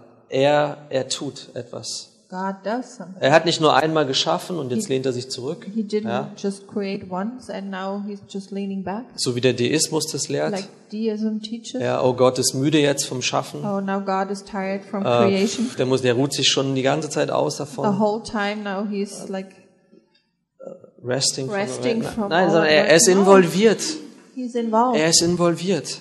Speaker 1: er tut etwas.
Speaker 2: God does something.
Speaker 1: Er hat nicht nur einmal geschaffen und jetzt lehnt er sich zurück,
Speaker 2: He didn't
Speaker 1: Ja.
Speaker 2: just create once and now he's just leaning back.
Speaker 1: so wie der Deismus das lehrt.
Speaker 2: Like deism teaches.
Speaker 1: Ja, oh Gott ist müde jetzt vom Schaffen.
Speaker 2: Oh, now God is tired from
Speaker 1: Äh,
Speaker 2: creation.
Speaker 1: der, muss, der ruht sich schon die ganze Zeit aus
Speaker 2: The
Speaker 1: davon.
Speaker 2: whole time now
Speaker 1: Äh,
Speaker 2: he's like,
Speaker 1: Resting,
Speaker 2: Resting
Speaker 1: from
Speaker 2: from
Speaker 1: Nein,
Speaker 2: all
Speaker 1: sondern er, er ist
Speaker 2: working out.
Speaker 1: involviert.
Speaker 2: he's involved.
Speaker 1: Er ist involviert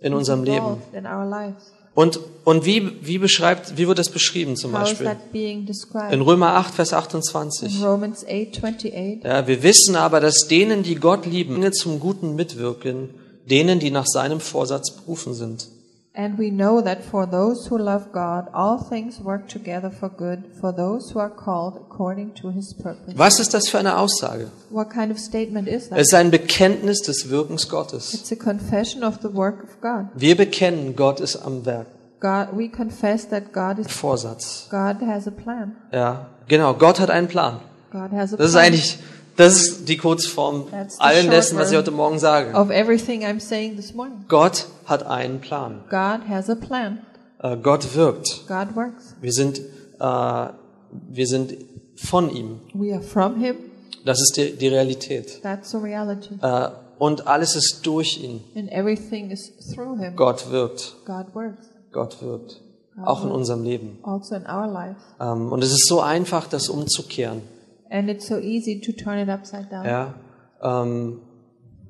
Speaker 1: in unserem Leben.
Speaker 2: involved in our lives.
Speaker 1: Und, und wie, wie, beschreibt, wie wird das beschrieben zum
Speaker 2: How is
Speaker 1: Beispiel?
Speaker 2: that being described?
Speaker 1: In Römer 8, Vers
Speaker 2: In
Speaker 1: 28.
Speaker 2: Romans 8:28.
Speaker 1: Ja, wir wissen aber, dass denen, die Gott lieben, Dinge zum Guten mitwirken, denen, die nach seinem Vorsatz berufen sind.
Speaker 2: And we know that for those who love God, all things work together for good for those who are called according to his purpose.
Speaker 1: Was ist das für eine Aussage?
Speaker 2: What kind of statement is that?
Speaker 1: Es ist ein Bekenntnis des Wirkens Gottes.
Speaker 2: It's a confession of the work of God.
Speaker 1: Wir bekennen, Gott ist am Werk.
Speaker 2: God we confess that God is
Speaker 1: Vorsatz.
Speaker 2: God has a plan.
Speaker 1: Ja, genau. Gott hat einen Plan.
Speaker 2: God has a
Speaker 1: Das ist
Speaker 2: plan
Speaker 1: eigentlich, das ist die Kurzform
Speaker 2: That's the
Speaker 1: allen
Speaker 2: short Oh.
Speaker 1: dessen, was ich
Speaker 2: version.
Speaker 1: heute Morgen sage.
Speaker 2: of everything I'm saying this morning.
Speaker 1: Gott hat einen Plan.
Speaker 2: God has a plan.
Speaker 1: Äh, Gott wirkt.
Speaker 2: God works.
Speaker 1: Wir sind, äh, wir sind von ihm.
Speaker 2: We are from him.
Speaker 1: Das ist die, die Realität.
Speaker 2: That's a reality.
Speaker 1: Äh, und alles ist durch ihn.
Speaker 2: And everything is through him.
Speaker 1: Gott wirkt.
Speaker 2: God works
Speaker 1: Gott wirkt. Auch in unserem Leben.
Speaker 2: also in our life.
Speaker 1: Ähm, und es ist so einfach, das umzukehren.
Speaker 2: And it's so easy to turn it upside down.
Speaker 1: Ja. Ähm,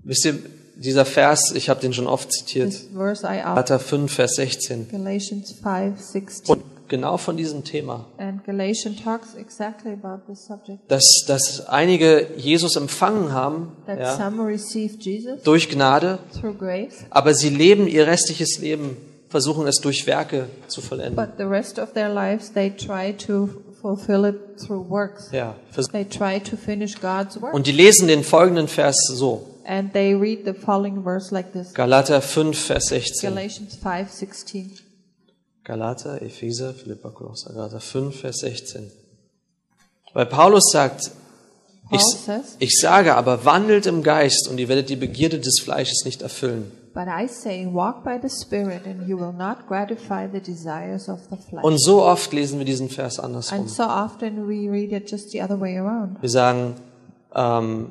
Speaker 1: wisst ihr, dieser Vers, ich habe den schon oft
Speaker 2: This
Speaker 1: zitiert,
Speaker 2: verse I out
Speaker 1: Galater 5, Vers 16.
Speaker 2: Galatians 5:16.
Speaker 1: Und genau von diesem Thema,
Speaker 2: And Galatian talks exactly about this subject.
Speaker 1: dass, dass einige Jesus empfangen haben,
Speaker 2: That
Speaker 1: ja,
Speaker 2: some receive Jesus
Speaker 1: durch Gnade,
Speaker 2: through grace,
Speaker 1: aber sie leben ihr restliches Leben, versuchen es durch Werke zu vollenden.
Speaker 2: but the rest of their lives they try to fulfill it through works.
Speaker 1: Ja, vers-
Speaker 2: They try to finish God's work.
Speaker 1: und die lesen den folgenden Vers so,
Speaker 2: And they read the following verse like this.
Speaker 1: Galater 5, Vers 16.
Speaker 2: Galatians 5:16.
Speaker 1: Galater, Epheser, Philippa, Kolosser, Galater 5, Vers 16. Weil Paulus sagt,
Speaker 2: Paul
Speaker 1: ich,
Speaker 2: says,
Speaker 1: ich sage aber, wandelt im Geist und ihr werdet die Begierde des Fleisches nicht erfüllen.
Speaker 2: But I say, walk by the Spirit, and you will not gratify the desires of the flesh.
Speaker 1: Und so oft lesen wir diesen Vers andersrum.
Speaker 2: And so often we read it just the other way around.
Speaker 1: Wir sagen, ähm,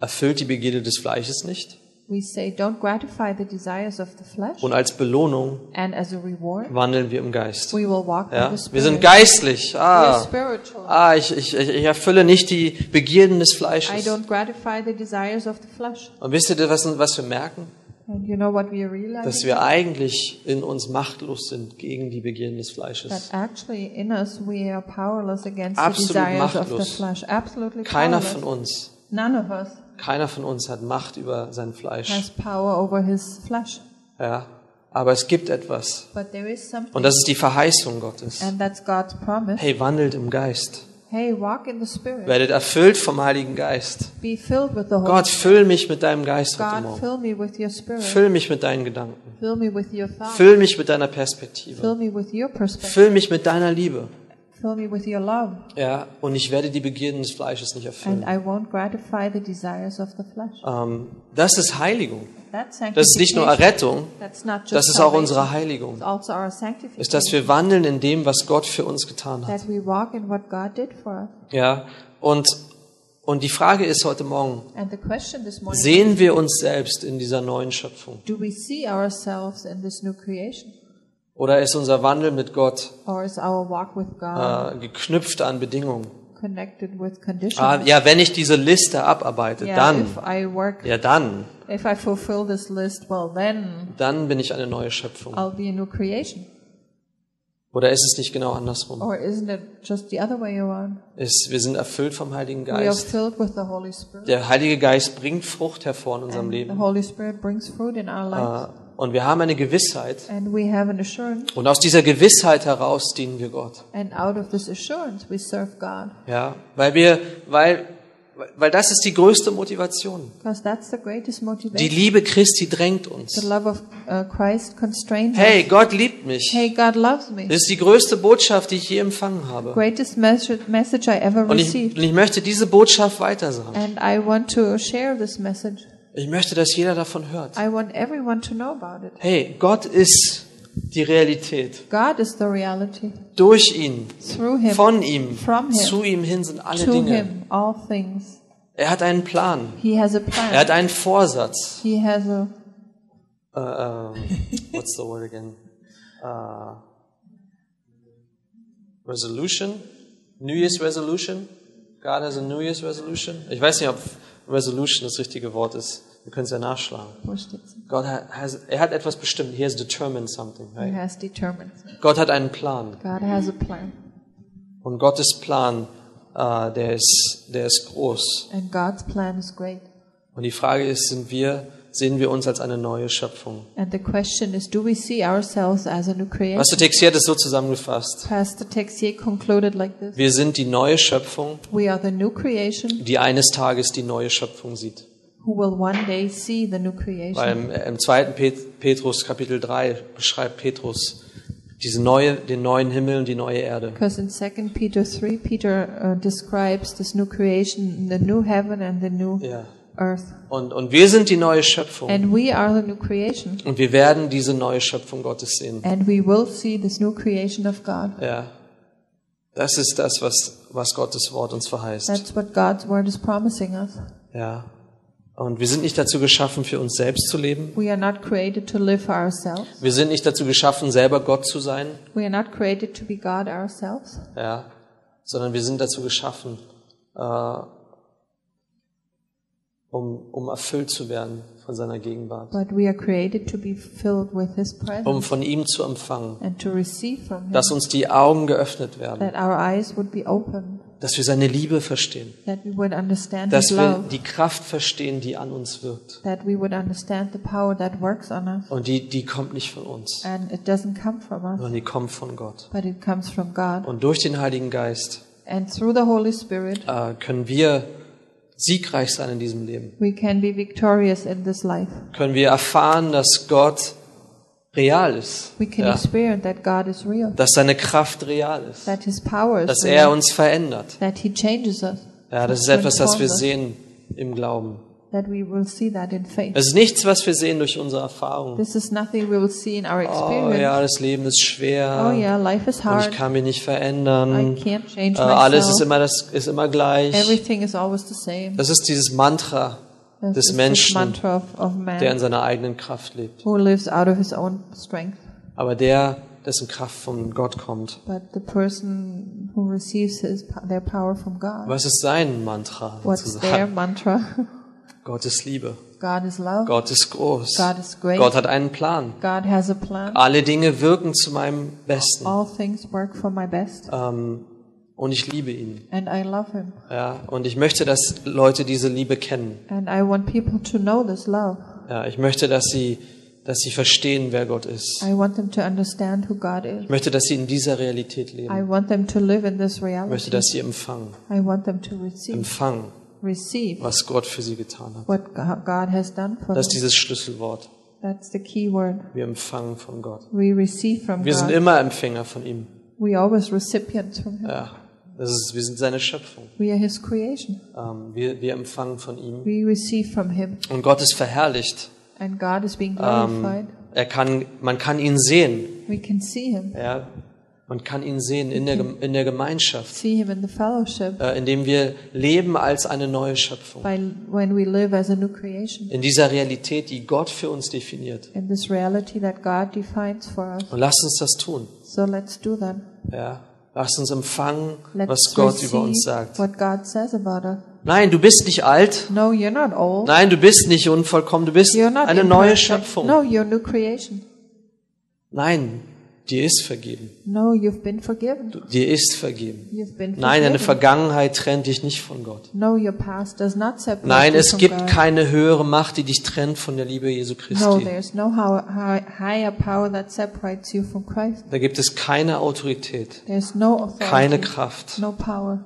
Speaker 1: erfüllt die Begierde des Fleisches nicht.
Speaker 2: We say, don't gratify the desires of the flesh,
Speaker 1: Und als Belohnung
Speaker 2: and as a reward,
Speaker 1: wandeln wir im Geist.
Speaker 2: we will walk by
Speaker 1: Ja?
Speaker 2: the
Speaker 1: Wir sind
Speaker 2: Spirit.
Speaker 1: geistlich.
Speaker 2: We are
Speaker 1: Ah,
Speaker 2: spiritual.
Speaker 1: ah ich, ich, ich ich erfülle nicht die Begierden des
Speaker 2: I
Speaker 1: Fleisches.
Speaker 2: don't gratify the desires of the flesh.
Speaker 1: Und wisst ihr, was, was wir merken?
Speaker 2: And you know what we are
Speaker 1: Dass
Speaker 2: realizing?
Speaker 1: wir eigentlich in uns machtlos sind gegen die Begierden des
Speaker 2: That
Speaker 1: Fleisches.
Speaker 2: actually in us we are powerless against
Speaker 1: Absolut
Speaker 2: the desires of the
Speaker 1: machtlos.
Speaker 2: flesh. Absolutely
Speaker 1: Keiner
Speaker 2: powerless.
Speaker 1: von uns,
Speaker 2: None of us
Speaker 1: keiner von uns hat Macht über sein Fleisch.
Speaker 2: has power over his flesh.
Speaker 1: Ja? Aber es gibt etwas.
Speaker 2: But there is something,
Speaker 1: Und das ist die Verheißung Gottes.
Speaker 2: and that's God's promise.
Speaker 1: Hey, wandelt im Geist.
Speaker 2: Hey, walk in the Spirit.
Speaker 1: Werdet erfüllt vom Heiligen Geist.
Speaker 2: Be filled with the Holy
Speaker 1: Gott, füll mich mit deinem Geist heute
Speaker 2: God,
Speaker 1: Morgen.
Speaker 2: fill me with your Spirit.
Speaker 1: Füll mich mit deinen Gedanken.
Speaker 2: fill me with your thoughts.
Speaker 1: Füll mich mit deiner Perspektive.
Speaker 2: fill me with your perspective.
Speaker 1: Füll mich mit deiner Liebe.
Speaker 2: fill me with your love.
Speaker 1: Ja, und ich werde die Begierden des Fleisches nicht erfüllen.
Speaker 2: And I won't gratify the desires of the flesh.
Speaker 1: Ähm, das ist Heiligung.
Speaker 2: That's
Speaker 1: Das ist nicht nur
Speaker 2: sanctification.
Speaker 1: Errettung,
Speaker 2: That's not just
Speaker 1: das ist auch unsere
Speaker 2: salvation. It's
Speaker 1: Heiligung.
Speaker 2: also our
Speaker 1: Ist, dass
Speaker 2: sanctification.
Speaker 1: wir wandeln in dem, was Gott für uns getan hat.
Speaker 2: That we walk in what God did for us.
Speaker 1: Ja, und, und die Frage ist heute Morgen,
Speaker 2: And the question this morning
Speaker 1: sehen wir uns selbst in dieser neuen Schöpfung?
Speaker 2: do we see ourselves in this new creation?
Speaker 1: Oder ist unser Wandel mit Gott
Speaker 2: Or is our walk with God
Speaker 1: äh, geknüpft an Bedingungen?
Speaker 2: connected with conditions?
Speaker 1: Ah, ja, wenn ich diese Liste abarbeite,
Speaker 2: Yeah, if
Speaker 1: dann,
Speaker 2: I work
Speaker 1: ja dann,
Speaker 2: If I fulfill this list, well, then
Speaker 1: dann bin ich eine neue Schöpfung.
Speaker 2: I'll be a new creation.
Speaker 1: Oder ist es nicht genau andersrum?
Speaker 2: Or isn't it just the other way around?
Speaker 1: Ist, wir sind erfüllt vom Heiligen
Speaker 2: We are
Speaker 1: Geist.
Speaker 2: filled with the Holy Spirit.
Speaker 1: Der Heilige Geist bringt Frucht hervor in unserem
Speaker 2: And the
Speaker 1: Leben.
Speaker 2: Holy Spirit brings fruit in our lives.
Speaker 1: Äh, Und wir haben eine Gewissheit.
Speaker 2: And we have an assurance.
Speaker 1: Und aus dieser Gewissheit heraus dienen wir Gott.
Speaker 2: And out of this assurance, we serve God.
Speaker 1: Ja, weil wir, weil, Weil das ist die größte Motivation.
Speaker 2: because that's the greatest
Speaker 1: Die
Speaker 2: motivation.
Speaker 1: Liebe Christi drängt
Speaker 2: The
Speaker 1: uns.
Speaker 2: love of uh, Christ constrains
Speaker 1: Hey,
Speaker 2: us.
Speaker 1: Gott liebt mich.
Speaker 2: Hey, God loves me.
Speaker 1: Das ist die größte Botschaft, die ich je empfangen habe.
Speaker 2: Greatest message, message I ever
Speaker 1: Und ich,
Speaker 2: received.
Speaker 1: und ich möchte diese Botschaft weitersagen.
Speaker 2: And I want to share this message.
Speaker 1: Ich möchte, dass jeder davon hört.
Speaker 2: I want everyone to know about it.
Speaker 1: Hey, Gott ist die Realität.
Speaker 2: God is the reality.
Speaker 1: Durch ihn,
Speaker 2: Through Him,
Speaker 1: von ihm,
Speaker 2: From him.
Speaker 1: zu ihm hin sind alle
Speaker 2: to
Speaker 1: Dinge.
Speaker 2: Him, all things.
Speaker 1: Er hat einen Plan.
Speaker 2: He has a
Speaker 1: Er hat
Speaker 2: plan.
Speaker 1: einen Vorsatz.
Speaker 2: He has a
Speaker 1: Äh, ähm, what's the word again? Äh, resolution? New Year's Resolution? God has a New Year's Resolution? Ich weiß nicht, ob Resolution das richtige Wort ist. Wir können es ja nachschlagen. Gott ha- has, er hat etwas bestimmt. He has determined something.
Speaker 2: He
Speaker 1: Right?
Speaker 2: has determined.
Speaker 1: Gott hat einen Plan.
Speaker 2: God has a plan.
Speaker 1: Und Gottes Plan, äh, der, ist, der ist groß.
Speaker 2: And God's plan is great.
Speaker 1: Und die Frage ist, sind wir, sehen wir uns als eine neue Schöpfung?
Speaker 2: And the question is, do we see ourselves as a new creation?
Speaker 1: Pastor Texier hat es so zusammengefasst.
Speaker 2: Pastor Texier concluded like this.
Speaker 1: Wir sind die neue Schöpfung,
Speaker 2: We are the new creation
Speaker 1: die eines Tages die neue Schöpfung sieht.
Speaker 2: who will one day see the new creation.
Speaker 1: Weil im, im zweiten Pet- Petrus, Kapitel 3, beschreibt Petrus diese neue, den neuen Himmel und die neue Erde.
Speaker 2: Because in 2 Peter 3, Peter uh, describes this new creation, the new heaven and the new
Speaker 1: Ja.
Speaker 2: earth.
Speaker 1: Und, und wir sind die neue Schöpfung.
Speaker 2: And we are the new creation.
Speaker 1: Und wir werden diese neue Schöpfung Gottes sehen.
Speaker 2: And we will see this new creation of God.
Speaker 1: Ja. Das ist das, was, was Gottes Wort uns verheißt.
Speaker 2: That's what God's word is promising us.
Speaker 1: Ja. Und wir sind nicht dazu geschaffen, für uns selbst zu leben.
Speaker 2: We are not created to live for ourselves.
Speaker 1: Wir sind nicht dazu geschaffen, selber Gott zu sein.
Speaker 2: We are not created to be God ourselves,
Speaker 1: Ja. Sondern wir sind dazu geschaffen, äh, um, um erfüllt zu werden von seiner Gegenwart.
Speaker 2: but we are created to be filled with His
Speaker 1: Um
Speaker 2: presence
Speaker 1: von ihm zu empfangen.
Speaker 2: and to receive from Him.
Speaker 1: Dass uns die Augen geöffnet werden.
Speaker 2: that our eyes would be open,
Speaker 1: Dass wir seine Liebe verstehen.
Speaker 2: that we would understand
Speaker 1: Dass
Speaker 2: His
Speaker 1: wir
Speaker 2: love,
Speaker 1: die Kraft verstehen, die an uns wirkt.
Speaker 2: that we would understand the power that works on us,
Speaker 1: Und die, die kommt nicht von uns,
Speaker 2: and it doesn't come from us,
Speaker 1: sondern die kommt von Gott.
Speaker 2: but it comes from God.
Speaker 1: Und durch den Heiligen Geist
Speaker 2: And through the Holy Spirit,
Speaker 1: äh, können wir siegreich sein in diesem Leben.
Speaker 2: we can be victorious in this life.
Speaker 1: Können wir erfahren, dass Gott real ist.
Speaker 2: We can
Speaker 1: Ja?
Speaker 2: experience that God is real,
Speaker 1: Dass seine Kraft real ist.
Speaker 2: that His power is
Speaker 1: Dass er
Speaker 2: real,
Speaker 1: uns verändert.
Speaker 2: that He changes us.
Speaker 1: Ja, das ist
Speaker 2: transforms
Speaker 1: etwas, das wir
Speaker 2: us,
Speaker 1: sehen im Glauben.
Speaker 2: That we will see that in faith.
Speaker 1: Es ist nichts, was wir sehen durch unsere Erfahrung.
Speaker 2: This is nothing we will see in
Speaker 1: Oh
Speaker 2: our experience.
Speaker 1: ja, das Leben ist
Speaker 2: Oh
Speaker 1: schwer.
Speaker 2: yeah, life is
Speaker 1: Und ich
Speaker 2: hard.
Speaker 1: kann mich nicht
Speaker 2: I
Speaker 1: verändern.
Speaker 2: can't change
Speaker 1: Äh, alles ist
Speaker 2: myself.
Speaker 1: immer, das, ist immer gleich.
Speaker 2: Everything is always the same.
Speaker 1: Das ist dieses Mantra
Speaker 2: This
Speaker 1: des
Speaker 2: is the
Speaker 1: Menschen,
Speaker 2: mantra of, of
Speaker 1: der in
Speaker 2: man
Speaker 1: seiner eigenen Kraft lebt.
Speaker 2: who lives out of his own strength.
Speaker 1: aber der, dessen Kraft von Gott kommt.
Speaker 2: But the person who receives his, po- their power from God,
Speaker 1: Was ist sein Mantra
Speaker 2: what's their
Speaker 1: sozusagen?
Speaker 2: mantra?
Speaker 1: Gott ist Liebe.
Speaker 2: God is love.
Speaker 1: Gott ist groß.
Speaker 2: God is great.
Speaker 1: Gott hat einen Plan.
Speaker 2: God has a plan.
Speaker 1: Alle Dinge wirken zu meinem Besten.
Speaker 2: All things work for my best.
Speaker 1: Ähm, und ich liebe ihn.
Speaker 2: And I love him.
Speaker 1: Ja, und ich möchte, dass Leute diese Liebe kennen.
Speaker 2: And I want people to know this love.
Speaker 1: Ja, ich möchte, dass sie, dass sie verstehen, wer Gott ist.
Speaker 2: I want them to understand who God is.
Speaker 1: Ich möchte, dass sie in dieser Realität leben.
Speaker 2: I want them to live in this
Speaker 1: Ich möchte,
Speaker 2: reality.
Speaker 1: dass sie empfangen.
Speaker 2: I want them to receive,
Speaker 1: Empfangen,
Speaker 2: receive
Speaker 1: was Gott für sie getan hat.
Speaker 2: what Go- God has done for
Speaker 1: Das
Speaker 2: us.
Speaker 1: ist dieses Schlüsselwort.
Speaker 2: That's the key word.
Speaker 1: Wir empfangen von Gott.
Speaker 2: We receive from
Speaker 1: Wir sind
Speaker 2: God.
Speaker 1: immer Empfänger von ihm.
Speaker 2: We always recipients from Him.
Speaker 1: Ja, das ist, wir sind seine Schöpfung.
Speaker 2: We are His creation.
Speaker 1: Ähm, wir, wir empfangen von ihm.
Speaker 2: We receive from Him,
Speaker 1: Und Gott ist verherrlicht.
Speaker 2: and God is being glorified.
Speaker 1: Ähm, er kann, man kann ihn sehen.
Speaker 2: we can see Him,
Speaker 1: Ja? Man kann ihn sehen in der, Gem- in der Gemeinschaft,
Speaker 2: see Him in the fellowship
Speaker 1: äh, indem wir leben als eine neue Schöpfung.
Speaker 2: by when we live as a new creation
Speaker 1: In dieser Realität, die Gott für uns definiert.
Speaker 2: in this reality that God defines for us.
Speaker 1: Und lasst uns das tun.
Speaker 2: So let's do that.
Speaker 1: Ja? Lasst uns empfangen,
Speaker 2: Let's
Speaker 1: was Gott
Speaker 2: receive
Speaker 1: über uns sagt.
Speaker 2: what God says about us.
Speaker 1: Nein, du bist nicht alt.
Speaker 2: No, you're not old.
Speaker 1: Nein, du bist nicht unvollkommen. Du bist
Speaker 2: You're not
Speaker 1: eine neue
Speaker 2: imperfect.
Speaker 1: Schöpfung.
Speaker 2: No, you're a new creation.
Speaker 1: Nein, dir ist vergeben.
Speaker 2: No, you've been forgiven.
Speaker 1: Dir ist vergeben.
Speaker 2: You've been
Speaker 1: Nein, deine
Speaker 2: forgiven.
Speaker 1: Vergangenheit trennt dich nicht von Gott.
Speaker 2: No, your past does not separate
Speaker 1: Nein,
Speaker 2: you
Speaker 1: es
Speaker 2: from
Speaker 1: gibt
Speaker 2: God.
Speaker 1: keine höhere Macht, die dich trennt von der Liebe Jesu
Speaker 2: No,
Speaker 1: Christi.
Speaker 2: there's no how, hi- higher power that separates you from Christ.
Speaker 1: Da gibt es keine Autorität,
Speaker 2: There's no authority,
Speaker 1: keine Kraft,
Speaker 2: no power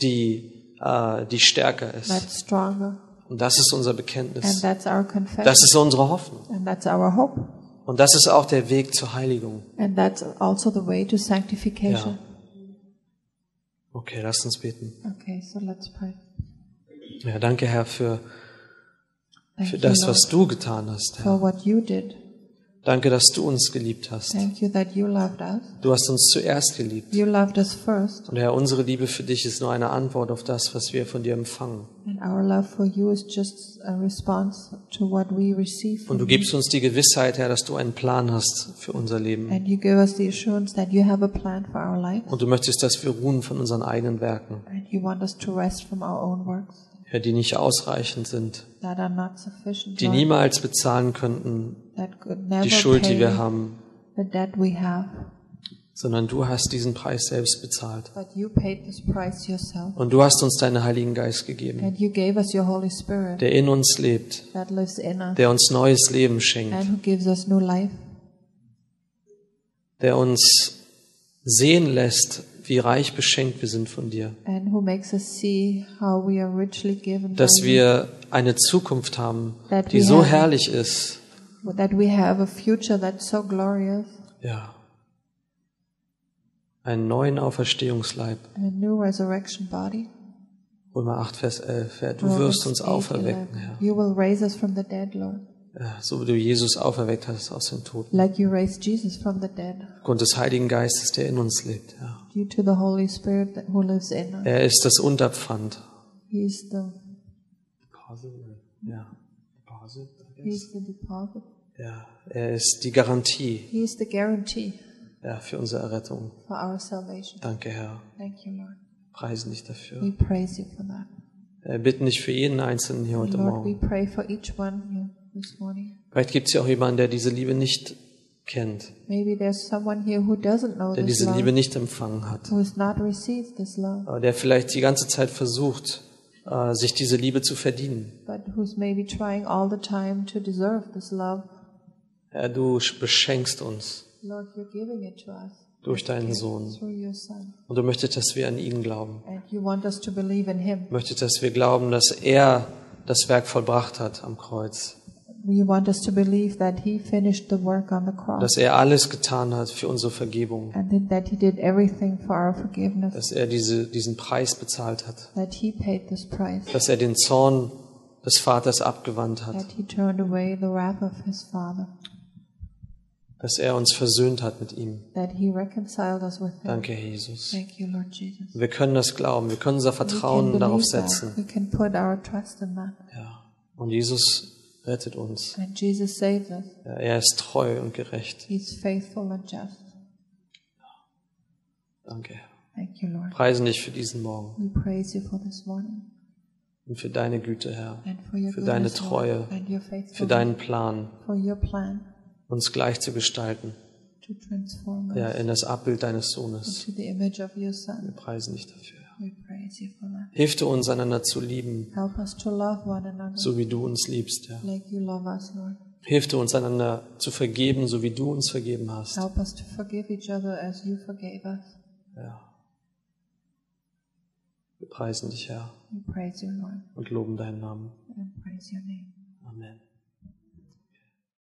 Speaker 1: die äh, die stärker ist.
Speaker 2: That's stronger.
Speaker 1: Und das ist unser
Speaker 2: And
Speaker 1: Bekenntnis.
Speaker 2: that's our confession.
Speaker 1: Das ist unsere Hoffnung.
Speaker 2: And that's our hope.
Speaker 1: Und das ist auch der Weg zur Heiligung.
Speaker 2: And that's also the way to sanctification.
Speaker 1: Okay, lasst uns beten.
Speaker 2: Okay, so let's pray.
Speaker 1: Ja, danke, Herr, für,
Speaker 2: Thank
Speaker 1: für
Speaker 2: you,
Speaker 1: das,
Speaker 2: Lord,
Speaker 1: was du getan hast. Herr.
Speaker 2: for what you did.
Speaker 1: Danke, dass du uns geliebt hast.
Speaker 2: Thank you that you loved us.
Speaker 1: Du hast uns zuerst geliebt.
Speaker 2: You loved us first,
Speaker 1: Und Herr, unsere Liebe für dich ist nur eine Antwort auf das, was wir von dir empfangen.
Speaker 2: and our love for you is just a response to what we receive.
Speaker 1: Und
Speaker 2: From
Speaker 1: du
Speaker 2: you.
Speaker 1: gibst uns die Gewissheit, Herr, dass du einen Plan hast für unser Leben.
Speaker 2: And you give us the assurance that you have a plan for our life,
Speaker 1: Und du möchtest, dass wir ruhen von unseren eigenen Werken,
Speaker 2: and you want us to rest from our own works
Speaker 1: Herr, die nicht ausreichend sind,
Speaker 2: that are not sufficient,
Speaker 1: die
Speaker 2: Lord,
Speaker 1: niemals bezahlen könnten
Speaker 2: that could never
Speaker 1: die Schuld,
Speaker 2: pay
Speaker 1: die wir haben,
Speaker 2: the debt we have.
Speaker 1: sondern du hast diesen Preis selbst bezahlt.
Speaker 2: But you paid this price yourself,
Speaker 1: Und du hast uns deinen Heiligen Geist gegeben,
Speaker 2: and you gave us your Holy Spirit
Speaker 1: der in uns lebt,
Speaker 2: that lives in us,
Speaker 1: der uns neues Leben
Speaker 2: and
Speaker 1: schenkt,
Speaker 2: who gives us new life,
Speaker 1: der uns sehen lässt, wie reich beschenkt wir sind von dir.
Speaker 2: and who makes us see how we are richly given. by
Speaker 1: dass
Speaker 2: you.
Speaker 1: wir eine Zukunft haben,
Speaker 2: That
Speaker 1: die
Speaker 2: we
Speaker 1: so
Speaker 2: have-
Speaker 1: herrlich ist.
Speaker 2: that we have a future that's so glorious,
Speaker 1: Ja. Einen neuen Auferstehungsleib.
Speaker 2: a new resurrection body.
Speaker 1: Römer 8, Vers 11. Herr, du
Speaker 2: Romans
Speaker 1: wirst uns
Speaker 2: 8,
Speaker 1: auferwecken,
Speaker 2: 11.
Speaker 1: Herr.
Speaker 2: You will raise us from the dead, Lord,
Speaker 1: Ja, so wie du Jesus auferweckt hast aus dem Tod.
Speaker 2: like you raised Jesus from the dead,
Speaker 1: Aufgrund des Heiligen Geistes, der in uns lebt. Ja.
Speaker 2: due to the Holy Spirit that- who lives in us.
Speaker 1: Er ist das Unterpfand.
Speaker 2: He is the
Speaker 1: Ja.
Speaker 2: He is the deposit.
Speaker 1: ja. Er ist die Garantie
Speaker 2: He is the guarantee
Speaker 1: ja, für unsere Errettung.
Speaker 2: for our salvation.
Speaker 1: Danke, Herr.
Speaker 2: Thank you, Lord.
Speaker 1: Preisen dich
Speaker 2: We
Speaker 1: dafür.
Speaker 2: praise you for that.
Speaker 1: Wir bitten dich für jeden Einzelnen hier heute
Speaker 2: Lord,
Speaker 1: Morgen.
Speaker 2: we pray for each one here this morning.
Speaker 1: Vielleicht gibt es ja auch jemanden, der diese Liebe nicht kennt,
Speaker 2: Maybe there's someone here who doesn't know
Speaker 1: der
Speaker 2: this
Speaker 1: diese Liebe
Speaker 2: love,
Speaker 1: nicht empfangen hat,
Speaker 2: who has not received this love.
Speaker 1: aber äh, der vielleicht die ganze Zeit versucht, äh, sich diese Liebe zu verdienen.
Speaker 2: but who's maybe trying all the time to deserve this love.
Speaker 1: Herr, du sch- beschenkst uns
Speaker 2: Lord, you're giving it to us
Speaker 1: durch deinen Sohn
Speaker 2: through your Son.
Speaker 1: und du möchtest, dass wir an ihn glauben.
Speaker 2: And you want us to believe in Him.
Speaker 1: Du möchtest, dass wir glauben, dass er das Werk vollbracht hat am Kreuz,
Speaker 2: You want us to believe that He finished the work on the cross
Speaker 1: dass er alles getan hat für unsere Vergebung,
Speaker 2: and that- that He did everything for our forgiveness,
Speaker 1: dass er diese, diesen Preis bezahlt hat,
Speaker 2: that He paid this price,
Speaker 1: dass er den Zorn des Vaters abgewandt hat,
Speaker 2: that He turned away the wrath of His Father,
Speaker 1: dass er uns versöhnt hat mit ihm.
Speaker 2: that He reconciled us with Him.
Speaker 1: Danke, Jesus.
Speaker 2: Thank you, Lord Jesus.
Speaker 1: Wir können das glauben, wir können unser
Speaker 2: We
Speaker 1: Vertrauen
Speaker 2: can
Speaker 1: darauf
Speaker 2: believe that.
Speaker 1: setzen.
Speaker 2: We can put our trust in that.
Speaker 1: Ja. Und Jesus rettet uns.
Speaker 2: And Jesus saves us.
Speaker 1: Ja, Er ist treu und gerecht.
Speaker 2: He's faithful and just.
Speaker 1: Danke. Herr.
Speaker 2: Thank you, Lord.
Speaker 1: Preisen dich für diesen Morgen
Speaker 2: We praise you for this morning
Speaker 1: und für deine Güte, Herr,
Speaker 2: and for your
Speaker 1: Für deine
Speaker 2: goodness, Lord,
Speaker 1: Treue,
Speaker 2: and your
Speaker 1: für
Speaker 2: faithfulness,
Speaker 1: deinen Plan,
Speaker 2: for your plan
Speaker 1: uns gleich zu gestalten,
Speaker 2: to transform us
Speaker 1: ja, in das Abbild deines Sohnes.
Speaker 2: into the image of your
Speaker 1: Wir
Speaker 2: Son.
Speaker 1: preisen dich dafür.
Speaker 2: We praise you for that.
Speaker 1: Hilf du uns, einander zu lieben,
Speaker 2: Help us to love one another
Speaker 1: so wie du uns liebst, Herr.
Speaker 2: like you love us, Lord.
Speaker 1: Hilf du uns, einander zu vergeben, so wie du uns vergeben hast.
Speaker 2: Help us to forgive each other as you forgave us.
Speaker 1: Ja. Wir preisen dich, Herr,
Speaker 2: We praise you, Lord,
Speaker 1: und loben deinen Namen.
Speaker 2: and praise your name.
Speaker 1: Amen.